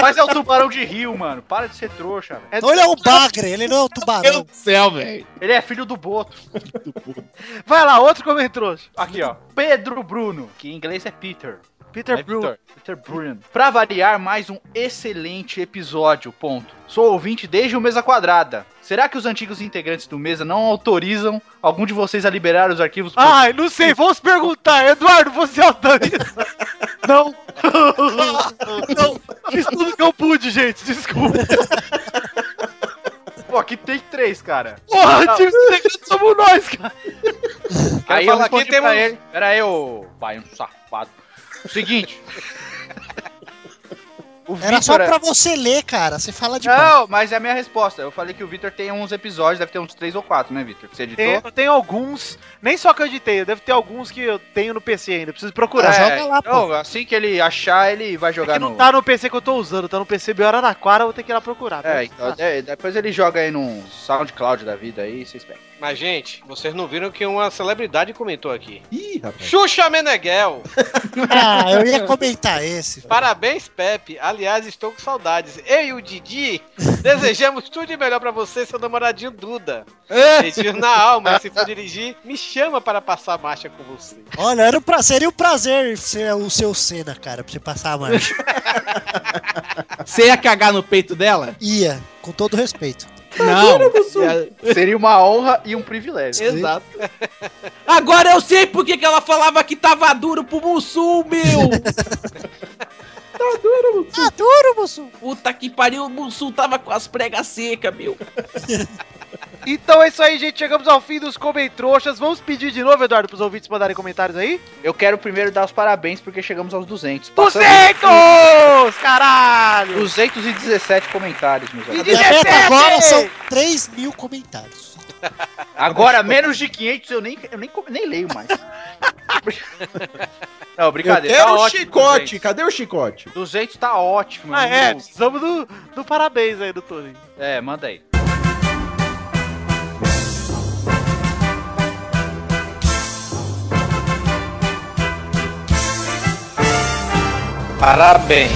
Speaker 3: Mas é o tubarão de rio, mano. Para de ser trouxa, velho.
Speaker 10: Então ele é um bagre, ele não é um tubarão.
Speaker 6: do céu, velho.
Speaker 3: Ele é filho do Boto.
Speaker 7: Vai lá, outro comentrouxa.
Speaker 3: Aqui, ó. Pedro Bruno, que em inglês é Peter.
Speaker 7: Peter
Speaker 3: É
Speaker 7: Brewer.
Speaker 3: Peter, Peter Bruno. Pra variar, mais um excelente episódio, ponto. Sou ouvinte desde o Mesa Quadrada. Será que os antigos integrantes do Mesa não autorizam algum de vocês a liberar os arquivos?
Speaker 7: Ai, não sei, vamos perguntar. Eduardo, você é o Danilo? Não. não. Fiz tudo que eu pude, gente. Desculpa.
Speaker 3: Pô, aqui tem três, cara.
Speaker 7: Porra,
Speaker 3: Não.
Speaker 7: time secreto somos nós, cara.
Speaker 5: Aí
Speaker 3: Aí
Speaker 5: eu
Speaker 3: eu
Speaker 5: aqui
Speaker 3: respondi
Speaker 5: temos-
Speaker 3: pra ele. Pera aí, ô... Vai, um safado. Seguinte. O
Speaker 10: Era só
Speaker 3: Vitor é-
Speaker 10: pra você ler, cara. Você fala de
Speaker 3: Não, mas é a minha resposta. Eu falei que o Vitor tem uns episódios, deve ter uns três ou quatro, né, Vitor? Você editou?
Speaker 7: Tem, eu tenho alguns, nem só que eu editei, eu devo ter alguns que eu tenho no PC ainda, preciso procurar.
Speaker 10: Ah,
Speaker 3: É, então, assim que ele achar, ele vai jogar no.
Speaker 7: Tá no PC que eu tô usando, tá no PC Biora Araraquara, eu vou ter que ir lá procurar. né?
Speaker 3: É, então, é, depois ele joga aí num SoundCloud da vida aí, vocês pegam.
Speaker 5: Mas, gente, vocês não viram que uma celebridade comentou aqui.
Speaker 9: Ih, rapaz.
Speaker 5: Xuxa Meneghel!
Speaker 10: papo. Ah, eu ia comentar esse.
Speaker 5: Parabéns, Pepe. Aliás, estou com saudades. Eu e o Didi desejamos tudo de melhor pra você e seu namoradinho Duda.
Speaker 6: Ah!
Speaker 5: Beijinho na alma. e Se for dirigir, me chama para passar a marcha com você.
Speaker 10: Olha, era um prazer e um prazer ser o seu Senna, cara, pra você passar a marcha.
Speaker 6: Você ia cagar no peito dela? É,
Speaker 10: Ia, com todo respeito.
Speaker 6: Tá Não.
Speaker 3: Seria uma honra e um privilégio.
Speaker 6: Exato. Agora eu sei por que que ela falava que tava duro pro Mussum, meu! tá duro, Mussum.
Speaker 10: Tá duro, Mussum.
Speaker 6: Puta que pariu, o Mussum tava com as pregas secas, meu.
Speaker 7: Então é isso aí, gente. Chegamos ao fim dos Comentroxas. Vamos pedir de novo, Eduardo, pros ouvintes mandarem comentários aí?
Speaker 3: Eu quero primeiro dar os parabéns porque chegamos aos 200.
Speaker 7: 200! Caralho!
Speaker 3: 217 comentários, meus
Speaker 10: A
Speaker 3: amigos.
Speaker 10: minha meta agora são 3 mil comentários.
Speaker 3: Agora, menos de 500 eu nem, eu nem, co- nem leio mais. Não, brincadeira.
Speaker 9: Eu quero
Speaker 3: tá
Speaker 9: o
Speaker 3: ótimo,
Speaker 9: chicote,
Speaker 3: 200.
Speaker 9: cadê o chicote?
Speaker 3: 200 tá ótimo.
Speaker 7: Ah, é,
Speaker 3: Não-
Speaker 7: precisamos do, do parabéns aí do Tony.
Speaker 3: É, manda aí.
Speaker 5: Parabéns.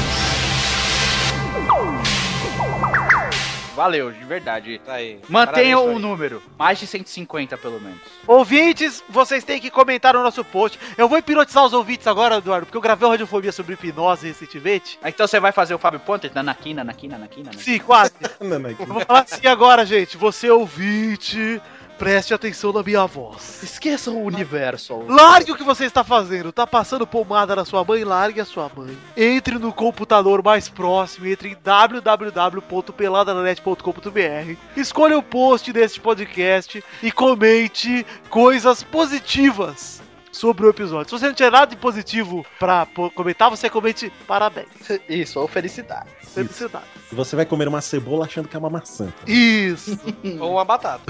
Speaker 3: Valeu, de verdade.
Speaker 5: Tá aí.
Speaker 3: Mantenha
Speaker 7: Parabéns,
Speaker 3: o
Speaker 7: Tony.
Speaker 3: número. Mais de 150, pelo menos.
Speaker 7: Ouvintes, vocês têm que comentar no nosso post. Eu vou hipnotizar os ouvintes agora, Eduardo, porque eu gravei uma radiofobia sobre hipnose recentemente.
Speaker 3: Ah, Então você vai fazer o Fábio Pontes? Nanakin, Nanakin, Nanakin, Nanakin.
Speaker 7: Sim, quase.
Speaker 9: Nanakin.
Speaker 7: Eu vou falar assim agora, gente. Você ouvinte, preste atenção na minha voz.
Speaker 3: Esqueça o universo.
Speaker 7: Largue o que você está fazendo. Tá passando pomada na sua mãe? Largue a sua mãe. Entre no computador mais próximo. Entre em www.peladananet.com.br. Escolha o post deste podcast e comente coisas positivas sobre o episódio. Se você não tiver nada de positivo pra po- comentar, você comente parabéns.
Speaker 3: Isso, ou felicidade.
Speaker 7: Felicidade.
Speaker 9: E você vai comer uma cebola achando que é uma maçã.
Speaker 7: Isso.
Speaker 5: Ou uma batata.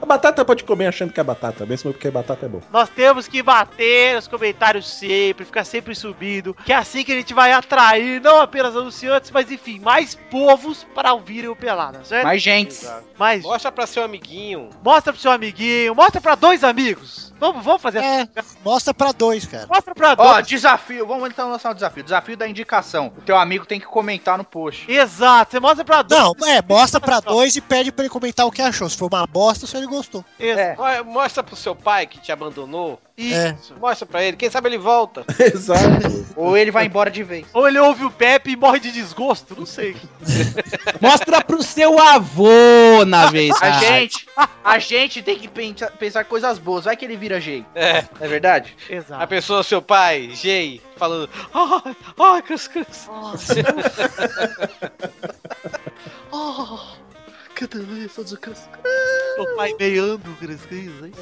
Speaker 9: A batata pode comer achando que é batata, mesmo porque batata é bom.
Speaker 7: Nós temos que bater os comentários sempre, ficar sempre subindo, que é assim que a gente vai atrair não apenas anunciantes, mas enfim, mais povos para ouvirem o Pelada, certo?
Speaker 3: Mais gente.
Speaker 7: Mais...
Speaker 5: Mostra pra seu amiguinho.
Speaker 7: Mostra pro seu amiguinho, mostra pra dois amigos. Vamos, vamos fazer assim.
Speaker 10: É, Mostra pra dois, cara.
Speaker 7: Mostra pra
Speaker 3: Ó,
Speaker 7: dois.
Speaker 3: desafio. Vamos então lançar um desafio. Desafio da indicação. O teu amigo tem que comentar no post.
Speaker 7: Exato, você mostra pra dois.
Speaker 10: Não, é, mostra pra dois e pede pra ele comentar o que achou. Se foi uma bosta, se ele gostou.
Speaker 7: É.
Speaker 5: Olha, Mostra pro seu pai que te abandonou.
Speaker 7: Isso.
Speaker 5: Mostra pra ele. Quem sabe ele volta.
Speaker 9: Exato.
Speaker 3: Ou ele vai embora de vez.
Speaker 7: Ou ele ouve o Pepe e morre de desgosto, não sei.
Speaker 6: Mostra pro seu avô na vez.
Speaker 3: A
Speaker 6: cara.
Speaker 3: gente, a gente tem que pensa- pensar coisas boas. Vai que ele vira jeito.
Speaker 5: É.
Speaker 3: Não É verdade?
Speaker 5: A
Speaker 7: Exato.
Speaker 5: pessoa, seu pai, Jay, falando. Ai, ai, cruz, cruz.
Speaker 7: Que delícia de casca. Meu pai meiando o Cris Cris, hein?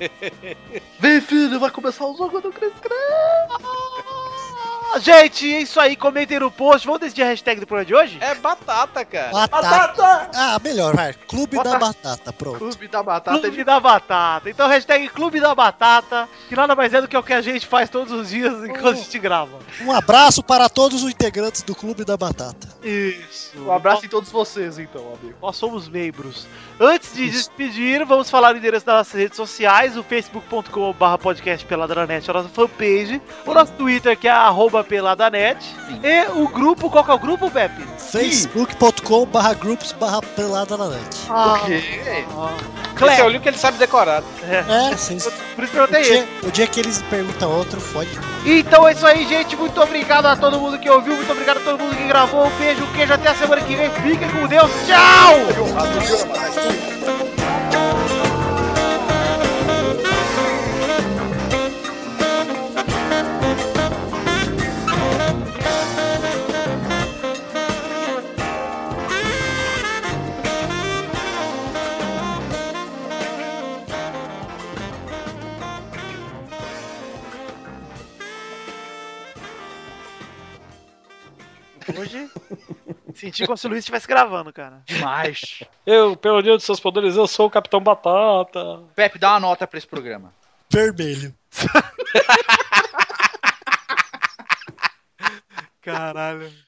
Speaker 7: É. Vem, filho, vai começar o jogo do Cris Cris. Gente, é isso aí. Comentem no post. Vamos decidir a hashtag do programa de hoje?
Speaker 5: É batata, cara.
Speaker 10: Batata. Ah, melhor, vai. Clube da Batata, pronto.
Speaker 3: Clube da Batata. é
Speaker 7: Clube da Batata. Então, hashtag Clube da Batata, que nada mais é do que o que a gente faz todos os dias enquanto a gente grava.
Speaker 10: Um abraço para todos os integrantes do Clube da Batata.
Speaker 7: Isso.
Speaker 3: Um abraço em todos vocês, então, amigo.
Speaker 7: Nós somos membros. Antes de despedir, vamos falar o endereço das nossas redes sociais, o facebook.com.br podcast Peladranet, a nossa fanpage, o nosso Twitter, que é arroba peladanet, e o grupo, qual que é o grupo, Pepe?
Speaker 10: facebook.com barra groups barra pelada na net.
Speaker 7: Ah.
Speaker 5: Esse é o
Speaker 7: Cleo,
Speaker 5: livro que ele sabe decorar.
Speaker 10: É, vocês...
Speaker 7: por isso que
Speaker 10: O
Speaker 7: eu tenho
Speaker 10: dia, o dia que eles perguntam outro, fode.
Speaker 7: Então é isso aí, gente. Muito obrigado a todo mundo que ouviu, muito obrigado a todo mundo que gravou. Um beijo, um queijo, até a semana que vem. Fiquem com Deus. Tchau! Hoje, senti como se o Luiz estivesse gravando, cara.
Speaker 3: Demais.
Speaker 13: Eu, pelo Deus dos seus poderes, eu sou o Capitão Batata.
Speaker 3: Pepe, dá uma nota pra esse programa.
Speaker 10: Vermelho.
Speaker 7: Caralho.